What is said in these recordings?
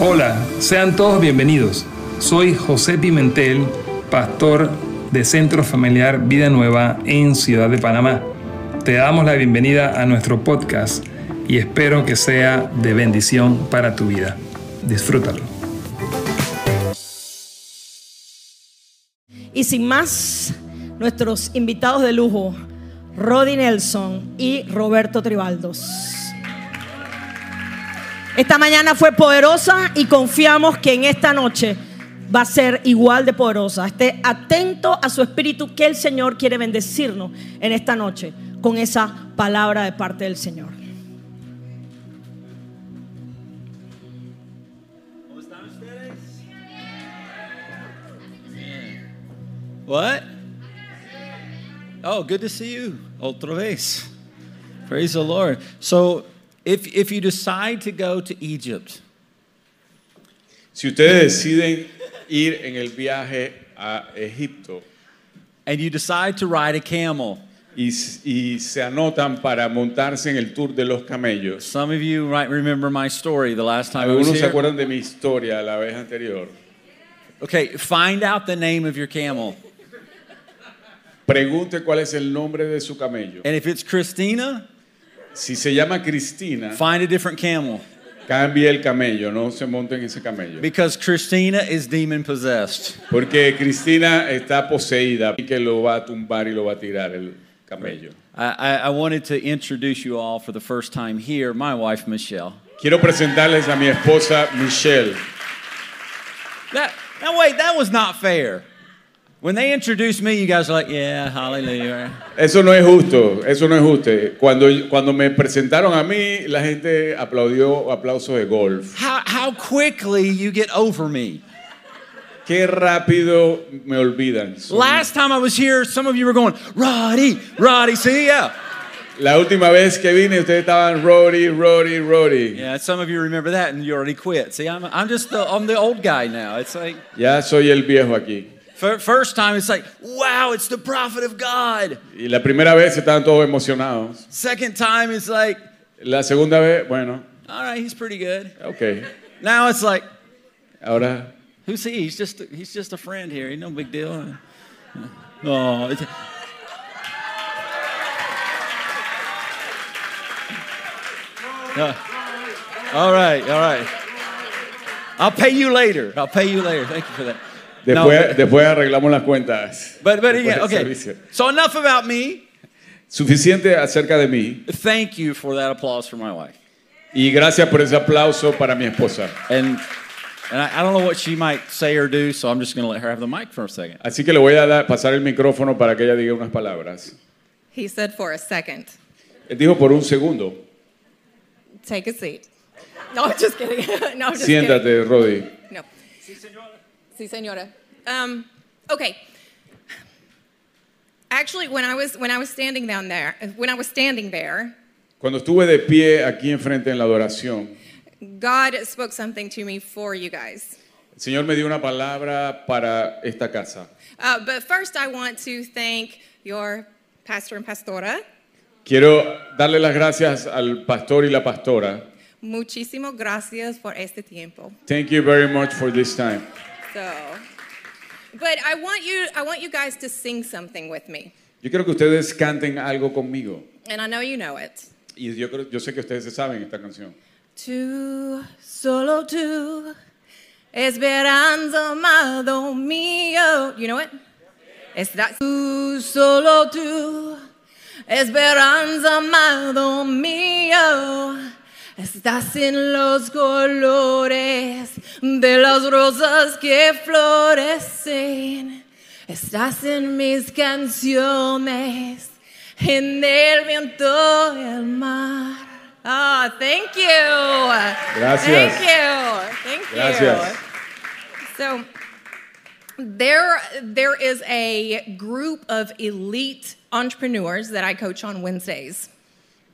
Hola, sean todos bienvenidos. Soy José Pimentel, pastor de Centro Familiar Vida Nueva en Ciudad de Panamá. Te damos la bienvenida a nuestro podcast y espero que sea de bendición para tu vida. Disfrútalo. Y sin más, nuestros invitados de lujo, Roddy Nelson y Roberto Tribaldos. Esta mañana fue poderosa y confiamos que en esta noche va a ser igual de poderosa. Esté atento a su espíritu que el Señor quiere bendecirnos en esta noche con esa palabra de parte del Señor. What? Oh, good to see you. Otra vez. Praise the Lord. So, if, if you decide to go to Egypt, Si ustedes deciden ir en el viaje a Egipto and you decide to ride a camel, y, s- y se anotan para montarse en el tour de los camellos, some of you might remember my story the last time I was algunos se here. acuerdan de mi historia la vez anterior. Okay, find out the name of your camel. Pregunte cuál es el nombre de su camello. And if it's Christina, Si se llama Cristina, find a different camel cambie el camello, no se monte en ese camello. because Christina is demon possessed. Porque Cristina está poseída y que lo va a tumbar y lo va a tirar el camello. I, I, I wanted to introduce you all for the first time here, my wife, Michelle. Quiero presentarles a mi esposa Michelle. That, now wait, that was not fair. When they introduced me, you guys were like, yeah, hallelujah. Eso no es justo, eso no es justo. Cuando, cuando me presentaron a mí, la gente aplaudió aplausos de golf. How, how quickly you get over me. Qué rápido me olvidan. Last time I was here, some of you were going, Roddy, Roddy, see ya. La última vez que vine, ustedes estaban Rory, Rory, Rory. Yeah, some of you remember that and you already quit. See, I'm, I'm just the, I'm the old guy now. It's like, Ya soy el viejo aquí. fir- first time, it's like, wow, it's the prophet of God. Y la primera vez estaban todos emocionados. Second time, it's like, La segunda vez, bueno, all right, he's pretty good. ok. Now it's like, Ahora, Who's he? He's just he's just a friend here. He's no big deal. Oh, it's- Uh, all right, all right. I'll pay you later. I'll pay you later. Thank you for that. No, después, but- después arreglamos las cuentas. but, but Después yeah, del okay. servicio. So enough about me. Suficiente acerca de mí. Thank you for that applause for my wife. Y gracias por ese aplauso para mi esposa. And and I, I don't know what she might say or do, so I'm just gonna let her have the mic for a second. Así que le voy a dar- pasar el micrófono para que ella diga unas palabras. He said for a second. Él dijo por un segundo, Take a seat. No, I'm just kidding. no, I'm just kidding. siéntate, Rodi. No. Sí, señora. Um, okay. Actually, when I was when I was standing down there, when I was standing there, Cuando estuve de pie aquí enfrente en la adoración, God spoke something to me for you guys. el Señor me dio una palabra para esta casa. Uh, but first, I want to thank your pastor and pastora. Quiero darle las gracias al pastor y la pastora. Muchísimo gracias por este tiempo. Thank you very much for this time. So, but I want you I want you guys to sing something with me, Yo quiero que ustedes canten algo conmigo. and I know you know it. Y yo, creo- yo sé que ustedes se saben esta canción. Tú, solo tú, esperanza, amado mío. You know what? It's that. Tú, solo tú, esperanza, amado mío. Estás en los colores de las rosas que florecen. Estás en mis canciones, en el viento y el mar. Ah, thank you. Gracias. Thank you. Thank you. Gracias. So there there is a group of elite entrepreneurs that I coach on Wednesdays.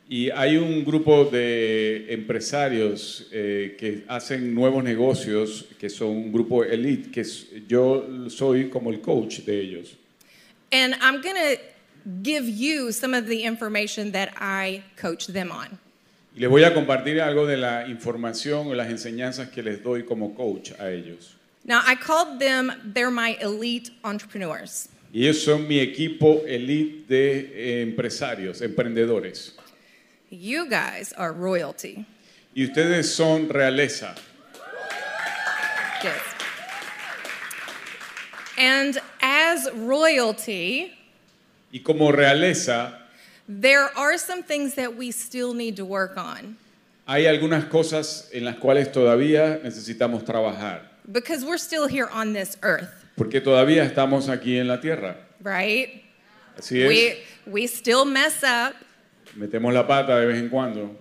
Y hay un grupo de empresarios eh, que hacen nuevos negocios, que son un grupo elite, que es- yo soy como el coach de ellos. And I'm going to give you some of the information that I coach them on. Y les voy a compartir algo de la información o las enseñanzas que les doy como coach a ellos. Now, I called them, they're my elite entrepreneurs. Y ellos son mi equipo elite de eh, empresarios, emprendedores. You guys are royalty. Y ustedes son realeza. Yes. And as royalty, Y como realeza there are some things that we still need to work on hay algunas cosas en las cuales todavía necesitamos trabajar, because we're still here on this earth, porque todavía estamos aquí en la tierra. right? Así es, We, we still mess up, metemos la pata de vez en cuando.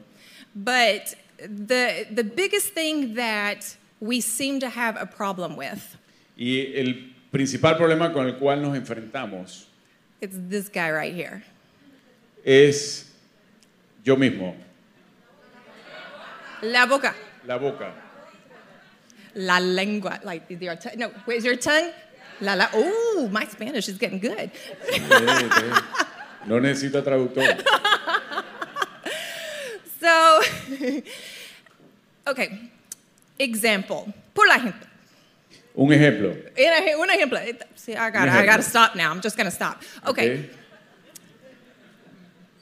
but the, the biggest thing that we seem to have a problem with Y el principal problema con el cual nos enfrentamos it's this guy right here. es yo mismo, La boca. la boca. La lengua. Like, is your tongue? No, where's your tongue? La la. Oh, my Spanish is getting good. No necesita traductor. So, okay. Example. Por ejemplo. Un ejemplo. En- Un ejemplo. See, I gotta, I ejemplo. gotta stop now. I'm just gonna stop. Okay. ¿ok?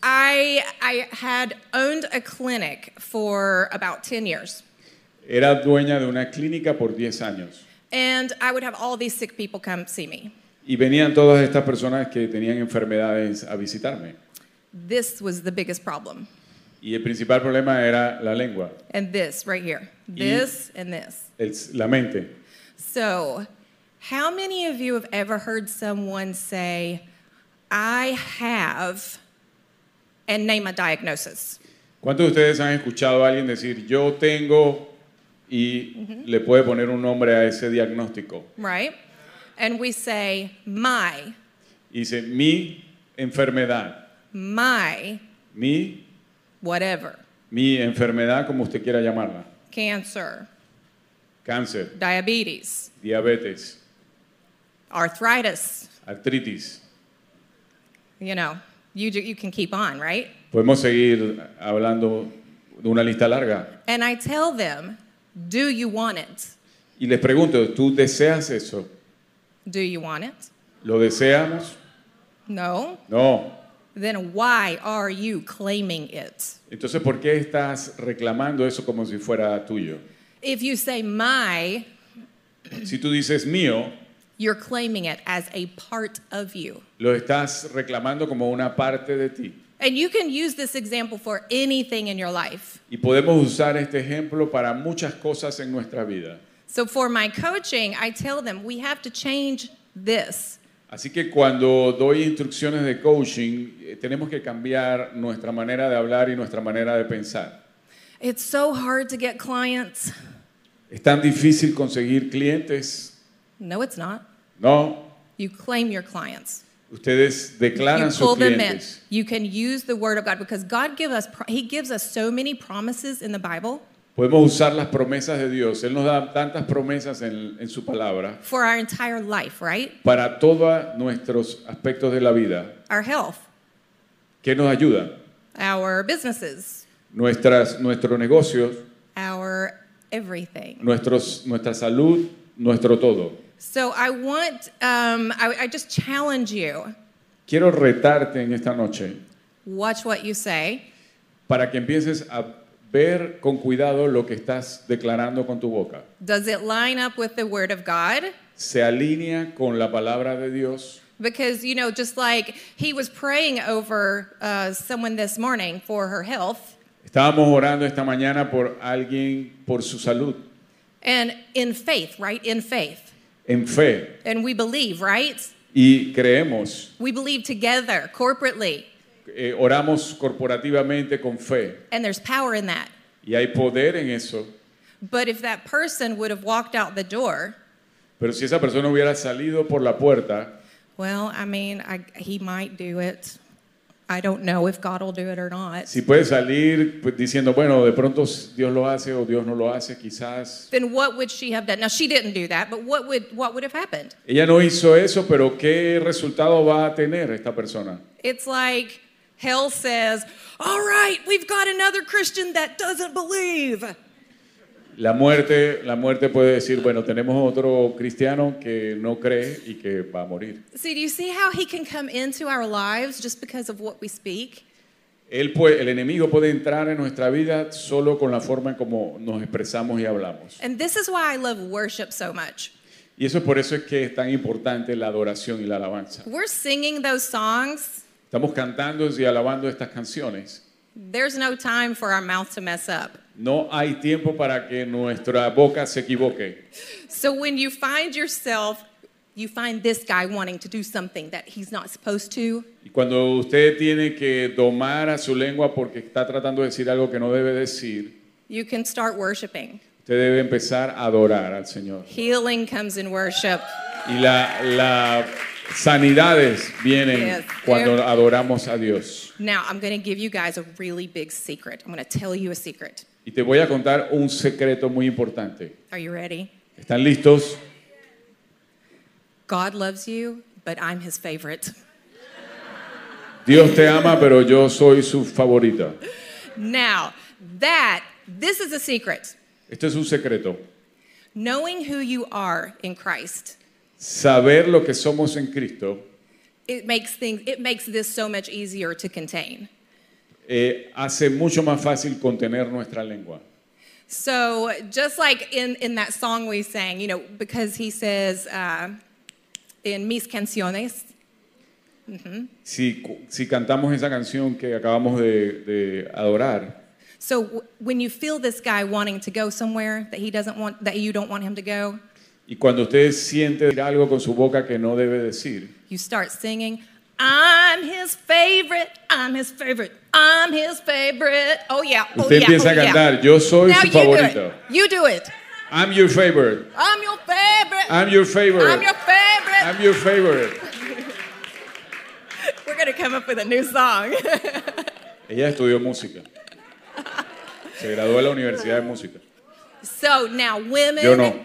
I, I had owned a clinic for about 10 years. Era dueña de una clínica por 10 años. And I would have all these sick people come see me. Y venían todas estas personas que tenían enfermedades a visitarme. This was the biggest problem. Y el principal problema era la lengua, And this right here. This and this. el- la mente. So, how many of you have ever heard someone say, I have, and name a diagnosis? ¿Cuántos de ustedes han escuchado a alguien decir, yo tengo y le puede poner un nombre a ese diagnóstico? Right? And we say, my, Y dice, mi enfermedad, my, mi, whatever, mi enfermedad, como usted quiera llamarla, cancer, cáncer, diabetes, diabetes, arthritis, artritis. you know, you, ju- you can keep on, right? Podemos seguir hablando de una lista larga. And I tell them, do you want it? Y les pregunto, ¿tú deseas eso? Do you want it? ¿Lo deseamos? No. No. Then why are you claiming it? Entonces, ¿por qué estás reclamando eso como si fuera tuyo? If you say my, Si tú dices mío, you're claiming it as a part of you. lo estás reclamando como una parte de ti. And you can use this example for anything in your life. Y podemos usar este ejemplo para muchas cosas en nuestra vida. So for my coaching, I tell them we have to change this. Así que cuando doy instrucciones de coaching, eh, tenemos que cambiar nuestra manera de hablar y nuestra manera de pensar. It's so hard to get clients. ¿Es tan difícil conseguir clientes? No, it's not. No. You claim your clients. Ustedes You declaran pull sus them in. clientes. You can use the word of God because God give us pro- he gives us so many promises in the Bible Podemos usar las promesas de Dios. Él nos da tantas promesas en, en su palabra for our entire life, right? para todos nuestros aspectos de la vida. Our health, ¿Qué nos ayuda? our businesses, Nuestras, nuestros negocios, our everything. nuestros, nuestra salud, nuestro todo. So I want, um, I, I just challenge you Quiero retarte en esta noche watch what you say, para que empieces a ver con cuidado lo que estás declarando con tu boca. does it line up with the Word of God? Se alinea con la palabra de Dios. Because, you know, just like he was praying over uh, someone this morning for her health, Estábamos orando esta mañana por alguien, por su salud, and in faith, right? In faith. en fe. And we believe, right? Y creemos, We believe together, corporately, eh, oramos corporativamente con fe. and there's power in that. Y hay poder en eso. But if that person would have walked out the door, Pero si esa persona hubiera salido por la puerta, well, I mean, I, he might do it. I don't know if God will do it or not. Si puedes salir pues, diciendo, bueno, de pronto Dios lo hace o Dios no lo hace, quizás. then what would she have done? Now she didn't do that, but what would what would have happened? Ella no hizo eso, pero ¿qué resultado va a tener esta persona? It's like, Hell says, All right, we've got another Christian that doesn't believe. La muerte, la muerte puede decir, bueno, tenemos otro cristiano que no cree y que va a morir. See, do you see how he can come into our lives just because of what we speak? Él puede- el enemigo puede entrar en nuestra vida solo con la forma en como nos expresamos y hablamos. And this is why I love worship so much. Y eso es por eso es que es tan importante la adoración y la alabanza. We're singing those songs. Estamos cantando y alabando estas canciones. There's no time for our mouth to mess up. No hay tiempo para que nuestra boca se equivoque. So when you find yourself, you find this guy wanting to do something that he's not supposed to, Y cuando usted tiene que domar a su lengua porque está tratando de decir algo que no debe decir, you can start worshiping. usted debe empezar a adorar al Señor. Healing comes in worship. Y la, la- sanidades vienen Yes. cuando adoramos a Dios. Now, I'm going to give you guys a really big secret. I'm going to tell you a secret. Y te voy a contar un secreto muy importante. Are you ready? ¿Están listos? God loves you, but I'm his favorite. Dios te ama, pero yo soy su favorita. Now, that, this is a secret. Este es un secreto. Knowing who you are in Christ, Saber lo que somos en Cristo it makes things, it makes this so much easier to contain. eh, hace mucho más fácil contener nuestra lengua. So just like in, in that song we sang, you know, because he says uh, in mis canciones, Si, cu- si cantamos esa canción que acabamos de, de adorar, so w- when you feel this guy wanting to go somewhere that he doesn't want, that you don't want him to go, y cuando usted siente decir algo con su boca que no debe decir, you start singing, I'm his favorite, I'm his favorite, I'm his favorite. Oh yeah, oh usted yeah, empieza oh a cantar, yeah. yo soy Now su you do it. favorito. You do it. I'm your favorite. I'm your favorite. I'm your favorite. I'm your favorite. I'm your favorite. We're gonna come up with a new song. Ella estudió música. Se graduó de la Universidad de Música. so now women. Yo no.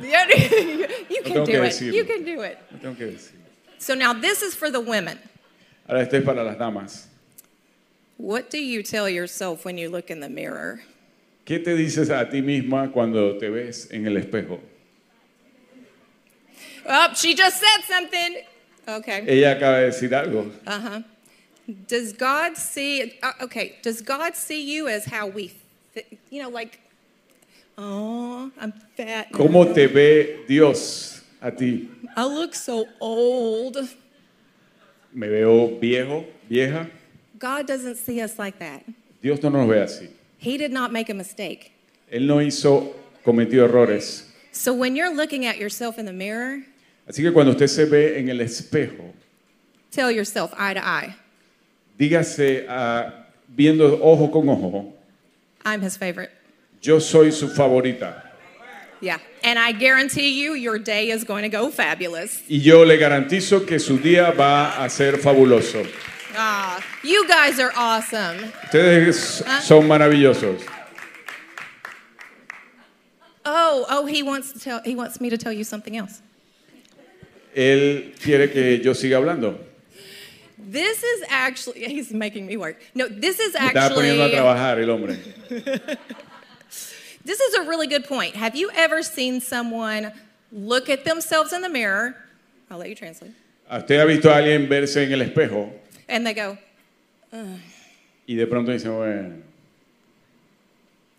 Yeah, you can tengo que do it. decirlo. You can do it. No tengo que decir. So now this is for the women. Ahora este es para las damas. What do you tell yourself when you look in the mirror? ¿Qué te dices a ti misma cuando te ves en el espejo? Oh, she just said something. Okay. Ella acaba de decir algo. Uh huh. Does God see? Uh, okay. Does God see you as how we, th- you know, like, oh, I'm fat. now. ¿Cómo te ve Dios a ti? I look so old. ¿Me veo viejo, vieja? God doesn't see us like that. Dios no nos ve así. He did not make a mistake. Él no hizo, cometió errores. So when you're looking at yourself in the mirror, Así que cuando usted se ve en el espejo, tell yourself eye to eye, dígase ah, viendo ojo con ojo, I'm his favorite. yo soy su favorita. Yeah. And I guarantee you, your day is going to go fabulous. Y yo le garantizo que su día va a ser fabuloso. Ah, you guys are awesome. Ustedes son maravillosos. Oh, oh, he wants to tell, he wants me to tell you something else. Él quiere que yo siga hablando. This is actually, he's making me work. No, this is Me estaba actually, poniendo a trabajar el hombre. this is a really good point. Have you ever seen someone look at themselves in the mirror? I'll let you translate. ¿A ¿Usted ha visto a alguien verse en el espejo And they go, y de pronto dice, bueno,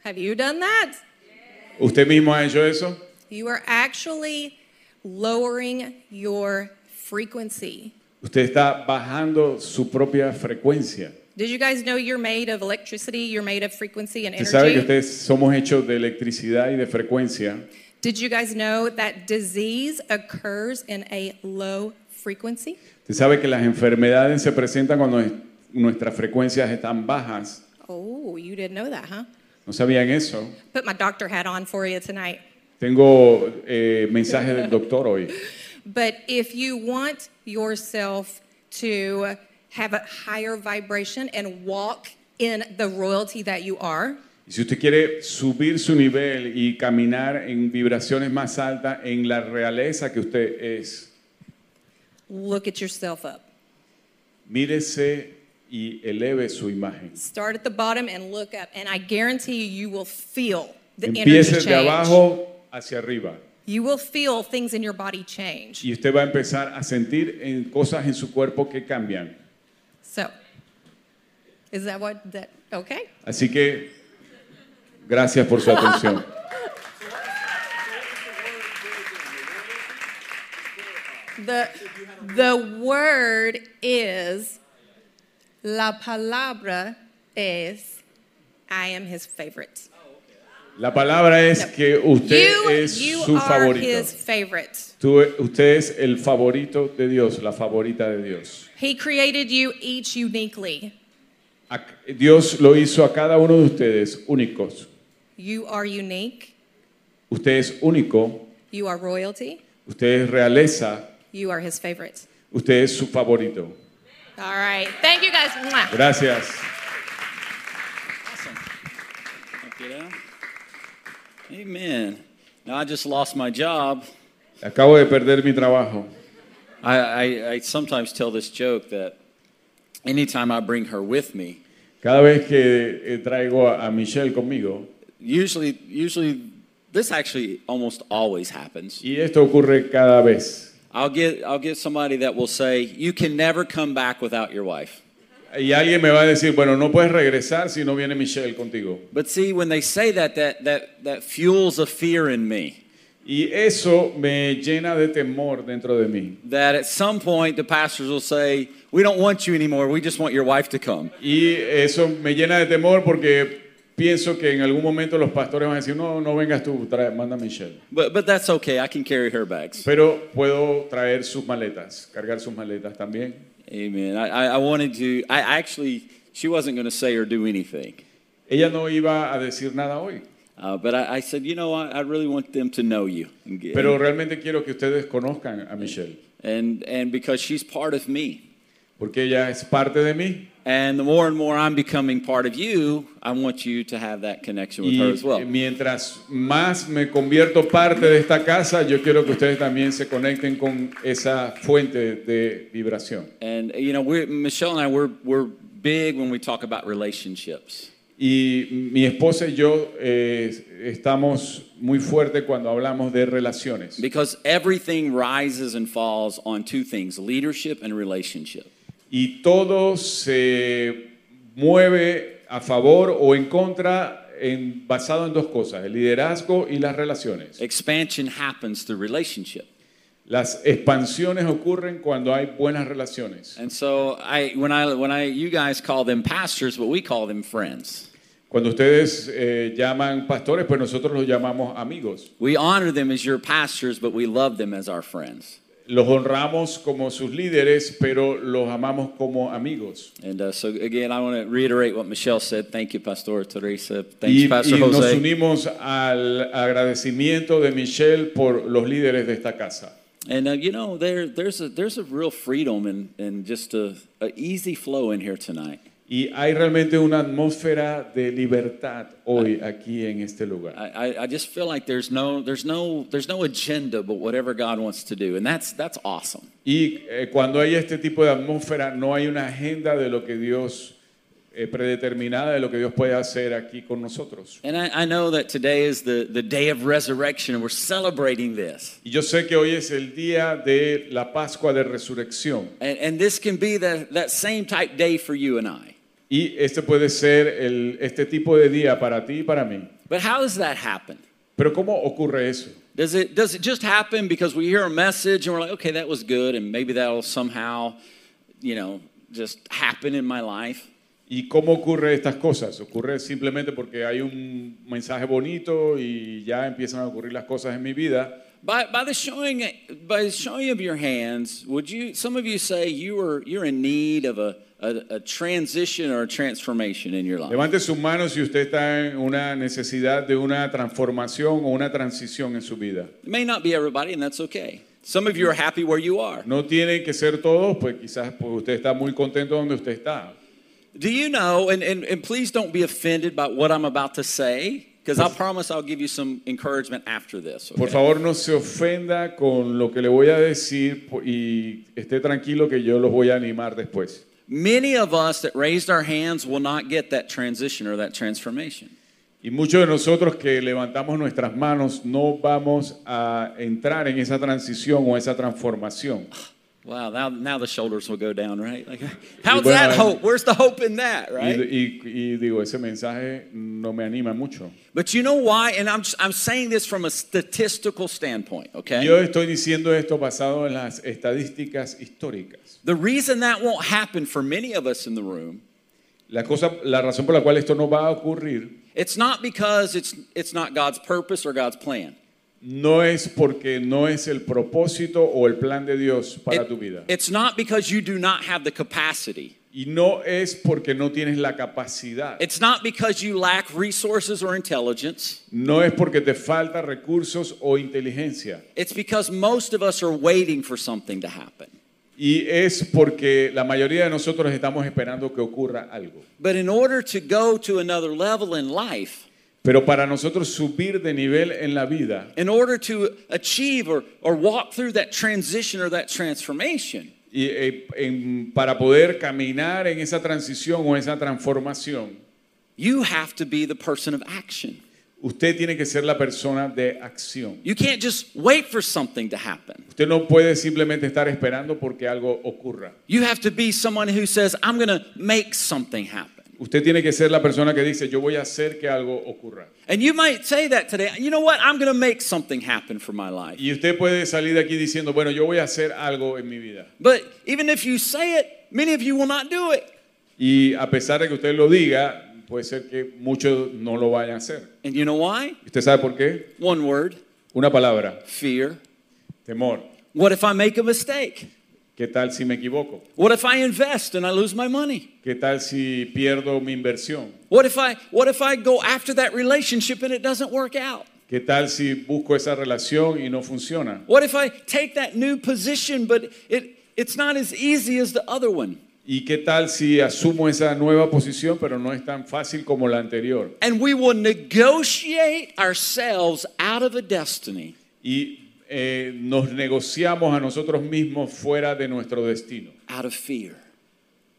Have you done that? ¿usted mismo ha hecho eso? You are actually lowering your frequency. Usted está bajando su propia frecuencia. Did you guys know you're made of electricity? You're made of frequency and Usted sabe que energy. ustedes somos hechos de electricidad y de frecuencia. Did you guys know that disease occurs in a low frequency? Usted sabe que las enfermedades se presentan cuando es- nuestras frecuencias están bajas. Oh, you didn't know that, huh? ¿No sabían eso? Put my doctor hat on for you tonight. Tengo eh, mensaje del doctor hoy. But if you want yourself to have a higher vibration and walk in the royalty that you are, Y si usted quiere subir su nivel y caminar en vibraciones más altas en la realeza que usted es, look at yourself up. mírese y eleve su imagen. Start at the bottom and look up, and I guarantee you, you will feel the energy Empiece change. de abajo hacia arriba You will feel things in your body change. y usted va a empezar a sentir en cosas en su cuerpo que cambian. So, is that what that? Okay. Así que gracias por su atención. The the word is la palabra es I am his favorite. La palabra es que usted You es you su are favorito. his favorite. Tú- e, usted es el favorito de Dios, la favorita de Dios. He created you each uniquely. A- Dios lo hizo a cada uno de ustedes únicos. You are unique. Usted es único, You are royalty. usted es realeza, You are his favorite. usted es su favorito. All right. Thank you guys. Mwah. Gracias. Awesome. Thank you, Dan. Amen. Now I just lost my job. Acabo de perder mi trabajo. I, I, I sometimes tell this joke that anytime I bring her with me, Cada vez que eh, traigo a a Michelle conmigo, usually, usually this actually almost always happens. y esto ocurre cada vez, I'll get, I'll get somebody that will say, You can never come back without your wife. y alguien me va a decir, bueno, no puedes regresar si no viene Michelle contigo. But see, when they say that, that, that, that fuels a fear in me Y eso me llena de temor dentro de mí. that at some point the pastors will say, We don't want you anymore. We just want your wife to come. Y eso me llena de temor porque pienso que en algún momento los pastores van a decir, no, no vengas tú, trae- manda a Michelle. But, but that's okay. I can carry her bags. Pero puedo traer sus maletas, cargar sus maletas también. Amen. I, I, I wanted to, I actually, she wasn't going to say or do anything. Ella no iba a decir nada hoy, Uh, but I, I said, You know, I, I really want them to know you. And, get- pero realmente quiero que ustedes conozcan a Michelle, and, and because she's part of me. porque ella es parte de mí And the more and more I'm becoming part of you, I want you to have that connection with y her as well. mientras más me convierto parte de esta casa, yo quiero que ustedes también se conecten con esa fuente de vibración. And you know, we're, Michelle and I we're we're big when we talk about relationships. Y mi esposa y yo eh, estamos muy fuerte cuando hablamos de relaciones, Because everything rises and falls on two things leadership and relationship. y todo se mueve a favor o en contra en- basado en dos cosas, el liderazgo y las relaciones. Eh. Expansion happens through relationship. Las expansiones ocurren cuando hay buenas relaciones. And so I when I when I you guys call them pastors, but we call them friends. Cuando ustedes eh, llaman pastores, pues nosotros los llamamos amigos. We honor them as your pastors, but we love them as our friends. Los honramos como sus líderes, pero los amamos como amigos. And uh, so again, I want to reiterate what Michelle said. Thank you, Pastor Teresa. Thanks, Y, Pastor y nos Jose. unimos al agradecimiento de Michelle por los líderes de esta casa. And uh, you know, there, there's a there's a real freedom and and just a, a easy flow in here tonight. Y hay realmente una atmósfera de libertad hoy aquí en este lugar. I, I, I just feel like there's no there's no there's no agenda, but whatever God wants to do, and that's that's awesome. Y eh, cuando hay este tipo de atmósfera, no hay una agenda de lo que Dios eh, predeterminada de lo que Dios puede hacer aquí con nosotros. And I, I know that today is the the day of resurrection, and we're celebrating this. Y yo sé que hoy es el día de la Pascua de Resurrección. And, and this can be that that same type day for you and I. Y este puede ser el- este tipo de día para ti y para mí. But how does that happen? Pero ¿cómo ocurre eso? Does it does it just happen because we hear a message and we're like, okay, that was good, and maybe that'll somehow, you know, just happen in my life? ¿Y cómo ocurre estas cosas? Ocurre simplemente porque hay un mensaje bonito y ya empiezan a ocurrir las cosas en mi vida. By, by the showing by the showing of your hands, would you some of you say you are you're in need of a, a, a transition or a transformation in your life? Levante sus manos si usted está en una necesidad de una transformación o una transición en su vida. It may not be everybody, and that's okay. Some of you are happy where you are. No tienen que ser todos, pues quizás pues, usted está muy contento donde usted está. Do you know, and, and, and please don't be offended by what I'm about to say, because I promise I'll give you some encouragement after this. Por okay? favor, no se ofenda con lo que le voy a decir po- y esté tranquilo que yo los voy a animar después. many of us that raised our hands will not get that transition or that transformation. Y muchos de nosotros que levantamos nuestras manos no vamos a entrar en esa transición o esa transformación. Wow, now, now the shoulders will go down, right? Like, how's Bueno, that eh. hope? Where's the hope in that, Y, right? y- y digo, ese mensaje no me anima mucho. But you know why? And I'm, I'm saying this from a statistical standpoint, okay? Yo estoy diciendo esto basado en las estadísticas históricas. The reason that won't happen for many of us in the room, La, cosa, la razón por la cual esto no va a ocurrir it's not because it's, it's not God's purpose or God's plan. no es porque no es el propósito o el plan de Dios para It- tu vida. It's not because you do not have the capacity. y no es porque no tienes la capacidad. It's not because you lack resources or intelligence. No es porque te falta recursos o inteligencia. It's because most of us are waiting for something to happen. Y es porque la mayoría de nosotros estamos esperando que ocurra algo. But in order to go to another level in life, Pero para nosotros subir de nivel en la vida in order to achieve or, or walk through that transition or that transformation, y eh, en- para poder caminar en esa transición o esa transformación, you have to be the person of action. usted tiene que ser la persona de acción. You can't just wait for something to happen. Usted no puede simplemente estar esperando porque algo ocurra. You have to be someone who says, I'm going to make something happen. Usted tiene que ser la persona que dice, yo voy a hacer que algo ocurra. And you might say that today, you know what? I'm going to make something happen for my life. Y usted puede salir de aquí diciendo, bueno, yo voy a hacer algo en mi vida. But even if you say it, many of you will not do it. Y a pesar de que usted lo diga, puede ser que muchos no lo vayan a hacer. And you know why? ¿Usted sabe por qué? One word Una palabra, fear. temor. What if I make a mistake? ¿Qué tal si me equivoco? What if I invest and I lose my money? ¿Qué tal si pierdo mi inversión? What if I what if I go after that relationship and it doesn't work out? ¿Qué tal si busco esa relación y no funciona? What if I take that new position but it it's not as easy as the other one? ¿Y qué tal si asumo esa nueva posición pero no es tan fácil como la anterior? And we will negotiate ourselves out of a destiny Y eh, nos negociamos a nosotros mismos fuera de nuestro destino, out of fear.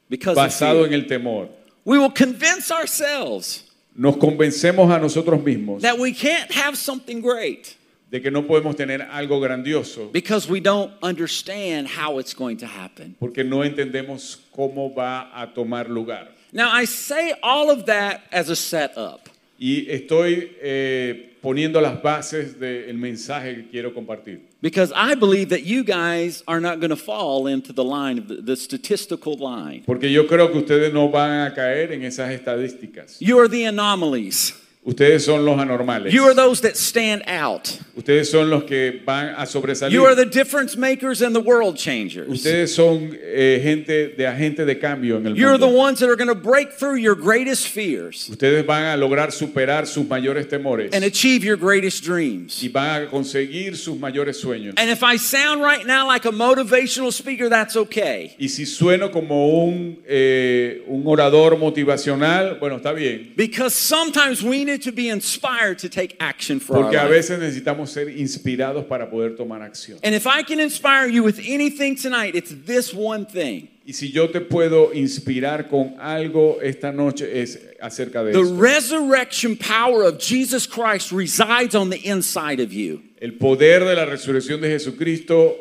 Because of basado fear. en el temor. we will convince ourselves Nos convencemos a nosotros mismos that we can't have something great de que no podemos tener algo grandioso because we don't understand how it's going to happen. porque no entendemos cómo va a tomar lugar. Now, I say all of that as a setup. Y estoy eh, poniendo las bases del mensaje que quiero compartir. Because I believe that you guys are not going to fall into the line of the, the statistical line. Porque yo creo que ustedes no van a caer en esas estadísticas. You are the anomalies. Ustedes son los anormales. You are those that stand out. Ustedes son los que van a sobresalir. You are the difference makers and the world changers. Ustedes son eh, gente de agente de cambio en el You're the mundo. ones that are going to break through your greatest fears Ustedes van a lograr superar sus mayores temores and achieve your greatest y dreams. van a conseguir sus mayores sueños. And if I sound right now like a motivational speaker, that's okay. Y si sueno como un, eh, un orador motivacional, bueno, está bien. Because sometimes we need to be inspired to take action for Porque our a life. veces necesitamos ser inspirados para poder tomar acción. And if I can inspire you with anything tonight, it's this one thing. Y si yo te puedo inspirar con algo esta noche es acerca de The eso. resurrection power of Jesus Christ resides on the inside of you. El poder de la resurrección de Jesucristo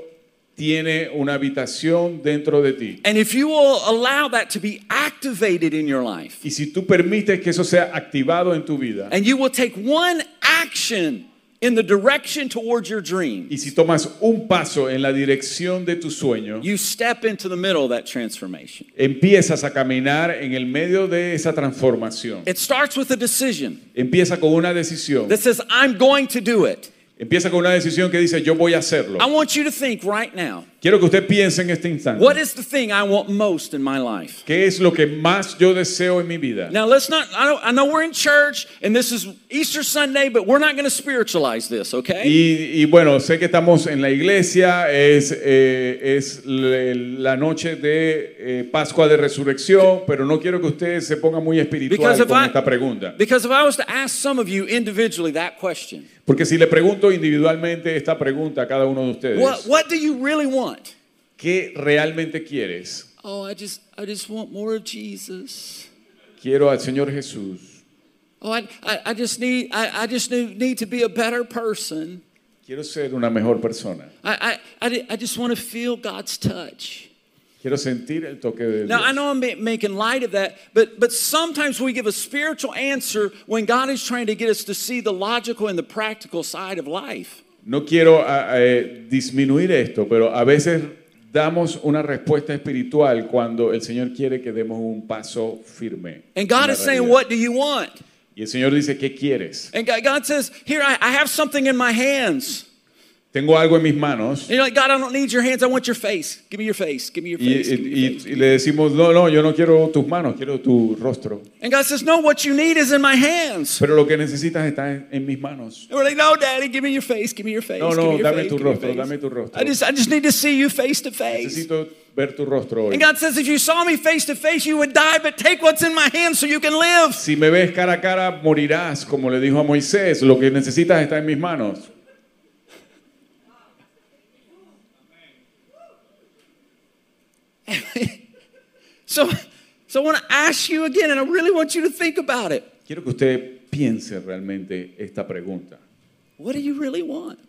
tiene una habitación dentro de ti. And if you will allow that to be activated in your life, Y si tú permites que eso sea activado en tu vida and you will take one action in the direction towards your dream, y si tomas un paso en la dirección de tu sueño, you step into the middle of that transformation. empiezas a caminar en el medio de esa transformación. It starts with a decision Empieza con una decisión. that says, I'm going to do it. Empieza con una decisión que dice, yo voy a hacerlo. I want you to think right now Quiero que usted piense en este instante. what is the thing I want most in my life? ¿Qué es lo que más yo deseo en mi vida? Now let's not. I, don't, I know we're in church and this is Easter Sunday, but we're not going to spiritualize this, okay? Y, y bueno, sé que estamos en la iglesia, es, eh, es le- la noche de eh, Pascua de Resurrección, pero no quiero que usted se ponga muy espiritual Because if con I esta pregunta. because if I was to ask some of you individually that question, Porque si le pregunto individualmente esta pregunta a cada uno de ustedes, what what do you really want? ¿qué realmente quieres? Oh, I just, I just want more of Jesus. Quiero al Señor Jesús. Oh, I, I, I just need, I, I just need, need to be a better person. Quiero ser una mejor persona. I, I, I, di- I just want to feel God's touch. Quiero sentir el toque de Now, I Dios. know I'm ma- making light of that, but, but sometimes we give a spiritual answer when God is trying to get us to see the logical and the practical side of life. No quiero a- a, eh, disminuir esto, pero a veces damos una respuesta espiritual cuando el Señor quiere que demos un paso firme. And God en la is saying, realidad. What do you want? Y el Señor dice, ¿qué quieres? And God- God says, Here, I, I have something in my hands. Tengo algo en mis manos. And you're like, God, I don't need your hands. I want your face. Give me your face. Give me your Y, face. give me your y- face. y- y le decimos, no, no, yo no quiero tus manos, quiero tu rostro. And God says, No, what you need is in my hands. Pero lo que necesitas está en, en mis manos. And we're like, No, Daddy, give me your face. Give me your face. No, give me no, your dame face, tu give me your rostro, face." dame tu rostro. I just, I just need to see you face to face. Necesito ver tu rostro hoy. And God says, If you saw me face to face, you would die, but take what's in my hand so you can live. Si me ves cara a cara, morirás, como le dijo a Moisés. Lo que necesitas está en mis manos. So, so I want to ask you again, and I really want you to think about it. Quiero que usted piense realmente esta pregunta. What do you really want?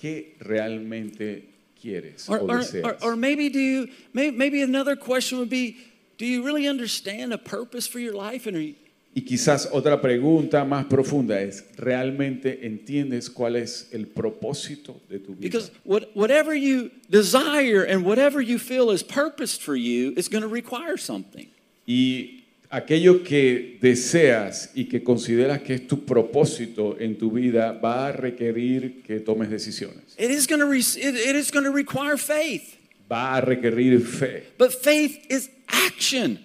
¿Qué realmente quieres Or, o or, or, deseas? or maybe do you, may, maybe another question would be, do you really understand a purpose for your life? And are you, Y quizás otra pregunta más profunda es, ¿realmente entiendes cuál es el propósito de tu vida? because what, whatever you desire and whatever you feel is purposed for you is going to require something. Y aquello que deseas y que consideras que es tu propósito en tu vida va a requerir que tomes decisiones. It is going to, re- it, it is going to require faith, Va a requerir fe. but faith is action.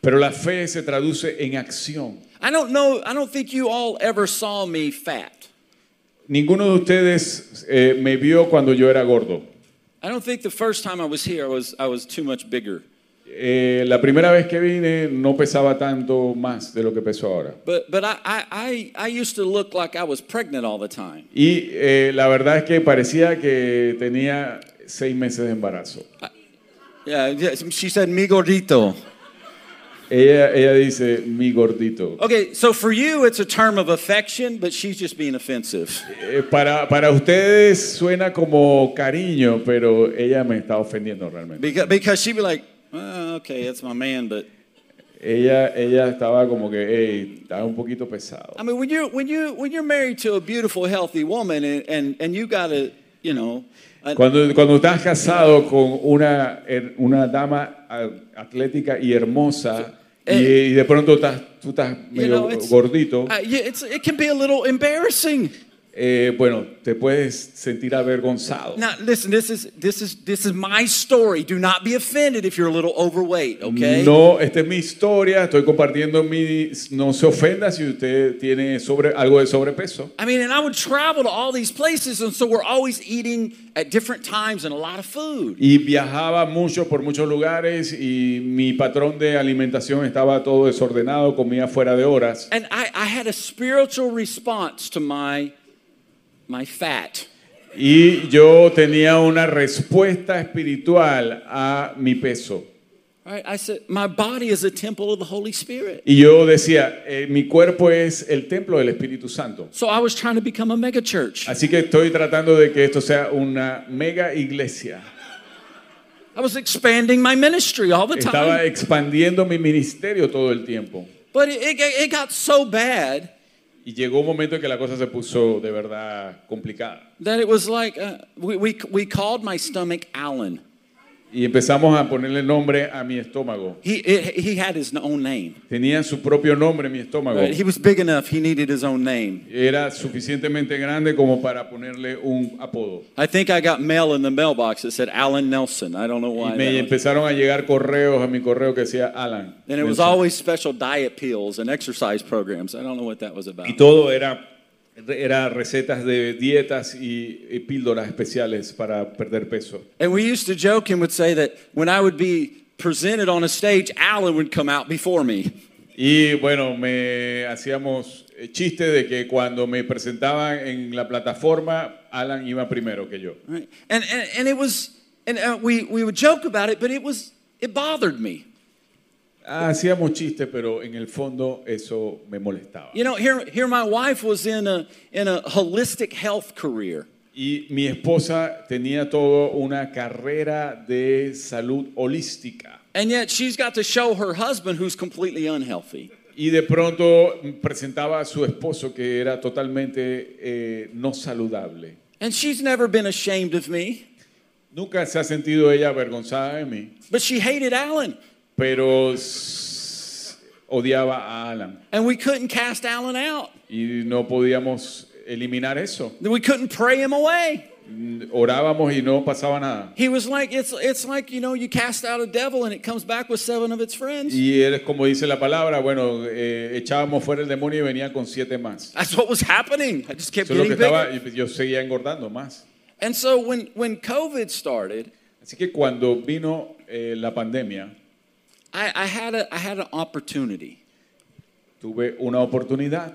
Pero la fe se traduce en acción. I don't know. I don't think you all ever saw me fat. Ninguno de ustedes eh, me vio cuando yo era gordo. I don't think the first time I was here, I was I was too much bigger. Eh, la primera vez que vine no pesaba tanto más de lo que peso ahora. But but I I I, I used to look like I was pregnant all the time. Y eh, la verdad es que parecía que tenía seis meses de embarazo. Yeah, yeah, she said mi gordito. Ella, ella dice, mi gordito. Okay, so for you it's a term of affection, but she's just being offensive. Eh, para, para ustedes suena como cariño, pero ella me está ofendiendo realmente. Because because she'd be like, "Uh, okay, that's my man, but Ella, ella estaba como que, "Ey, está un poquito pesado. I mean when you when you when you're married to a beautiful, healthy woman and and, and you gotta, you know, uh, an- Cuando, cuando estás casado con una, her- una dama ah, atlética y hermosa y, Eh, y de pronto estás, tú estás you medio know, it's, gordito, uh, yeah, it's it can be a little embarrassing. eh, bueno, te puedes sentir avergonzado. Now listen, this is this is this is my story. Do not be offended if you're a little overweight, okay? No, esta es mi historia, estoy compartiendo mi... No se ofenda si usted tiene sobre, algo de sobrepeso. I mean, and I would travel to all these places, and so we're always eating at different times and a lot of food. Y viajaba mucho por muchos lugares y mi patrón de alimentación estaba todo desordenado, comía fuera de horas. And I, I had a spiritual response to my my fat. Y yo tenía una respuesta espiritual a mi peso. Right? I said, My body is a temple of the Holy Spirit. Y yo decía, eh, mi cuerpo es el templo del Espíritu Santo. So I was trying to become a mega church. Así que estoy tratando de que esto sea una mega iglesia. I was expanding my ministry all the Estaba time. expandiendo mi ministerio todo el tiempo. But it, it, it got so bad Y llegó un momento en que la cosa se puso de verdad complicada. that it was like uh, we, we, we called my stomach Alan. Y empezamos a ponerle nombre a mi estómago. He, it, he had his own name. Tenía su propio nombre en mi estómago. Right? He was big enough, he needed his own name. Era suficientemente grande como para ponerle un apodo. I think I got mail in the mailbox that said Alan Nelson. I don't know Y why. me that was. empezaron a llegar correos a mi correo que decía Alan. And it was Nelson. always special diet pills and exercise programs. I don't know what that was about. Y todo era, era recetas de dietas y, y píldoras especiales para perder peso. And we used to joke and would say that when I would be presented on a stage, Alan would come out before me. Y bueno, me hacíamos eh, chiste de que cuando me presentaban en la plataforma, Alan iba primero que yo. Right? And, and, and it was, and uh, we, we would joke about it, but it was, It bothered me. Hacíamos chistes, pero en el fondo eso me molestaba. You know, here, here my wife was in a, in a holistic health career. Y mi esposa tenía toda una carrera de salud holística. And yet she's got to show her husband who's completely unhealthy. Y de pronto presentaba a su esposo que era totalmente eh, no saludable. And she's never been ashamed of me, Nunca se ha sentido ella avergonzada de mí, but she hated Alan. pero s- odiaba a Alan. And we couldn't cast Alan out. Y no podíamos eliminar eso. We couldn't pray him away. Mm, Orábamos y no pasaba nada. He was like, it's, it's like, you know, you cast out a devil and it comes back with seven of its friends. Y era como dice la palabra, bueno, eh, echábamos fuera el demonio y venía con siete más. That's what was happening. I just kept Eso es lo que getting bigger. estaba, yo seguía engordando más. And so when, when COVID started, Así que cuando vino eh, la pandemia, I, I, had a, I had an opportunity tuve una oportunidad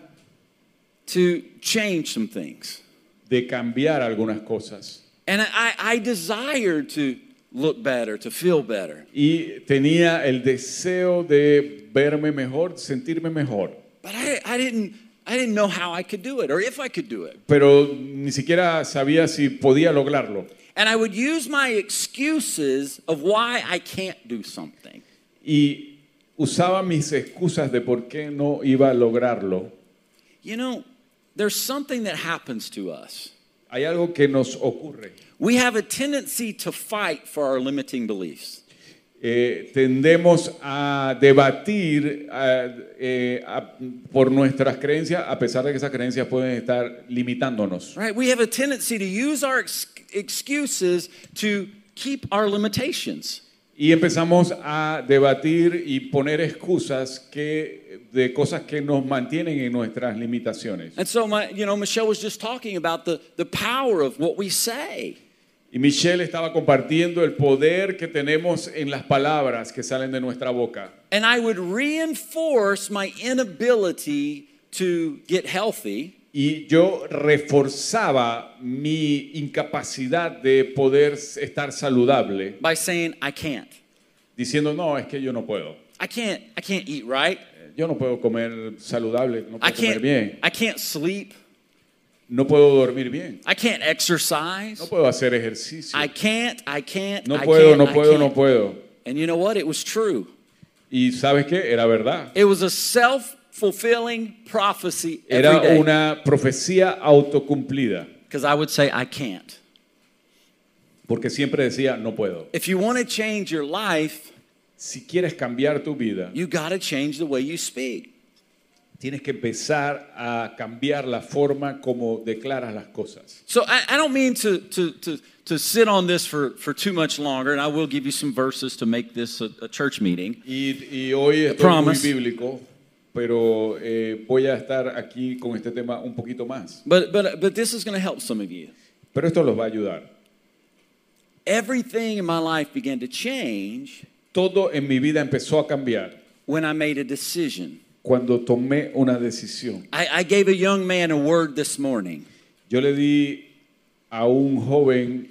to change some things. de cambiar algunas cosas. And I, I desired to look better, to feel better. Y tenía el deseo de verme mejor, sentirme mejor. But I, I, didn't, I didn't know how I could do it or if I could do it. Pero ni siquiera sabía si podía lograrlo. And I would use my excuses of why I can't do something. Y usaba mis excusas de por qué no iba a lograrlo. You know, there's something that happens to us. Hay algo que nos ocurre. We have a tendency to fight for our limiting beliefs. Eh, tendemos a debatir a- eh, a- por nuestras creencias, a pesar de que esas creencias pueden estar limitándonos. Right? We have a tendency to use our ex- excuses to keep our limitations. Y empezamos a debatir y poner excusas que, de cosas que nos mantienen en nuestras limitaciones. And so my, you know, Michelle was just talking about the, the power of what we say. Y Michelle estaba compartiendo el poder que tenemos en las palabras que salen de nuestra boca. And I would reinforce my inability to get healthy Y yo reforzaba mi incapacidad de poder estar saludable, by saying I can't. diciendo, no, es que yo no puedo. I can't I can't eat right. Yo no puedo comer saludable, no I puedo comer can't bien, I can't sleep. no puedo dormir bien, I can't exercise. no puedo hacer ejercicio, I can't, I can't, no I puedo, can't, no I puedo, no can't. puedo. And you know what? It was true. Y sabes qué, era verdad. It was a self-fulfilling prophecy every Era day. una profecía autocumplida, Because I would say I can't. porque siempre decía, no puedo. If you want to change your life, Si quieres cambiar tu vida, you got to change the way you speak. tienes que empezar a cambiar la forma como declaras las cosas. So I, I don't mean to, to, to, to sit on this for, for too much longer, and I will give you some verses to make this a, a church meeting. Y, y hoy estoy promise. muy bíblico, pero eh, voy a estar aquí con este tema un poquito más. But, but, but this is going to help some of you. Pero esto los va a ayudar. Everything in my life began to change Todo en mi vida empezó a cambiar when I made a decision. cuando tomé una decisión. I, I gave a young man a word this morning. Yo le di a un joven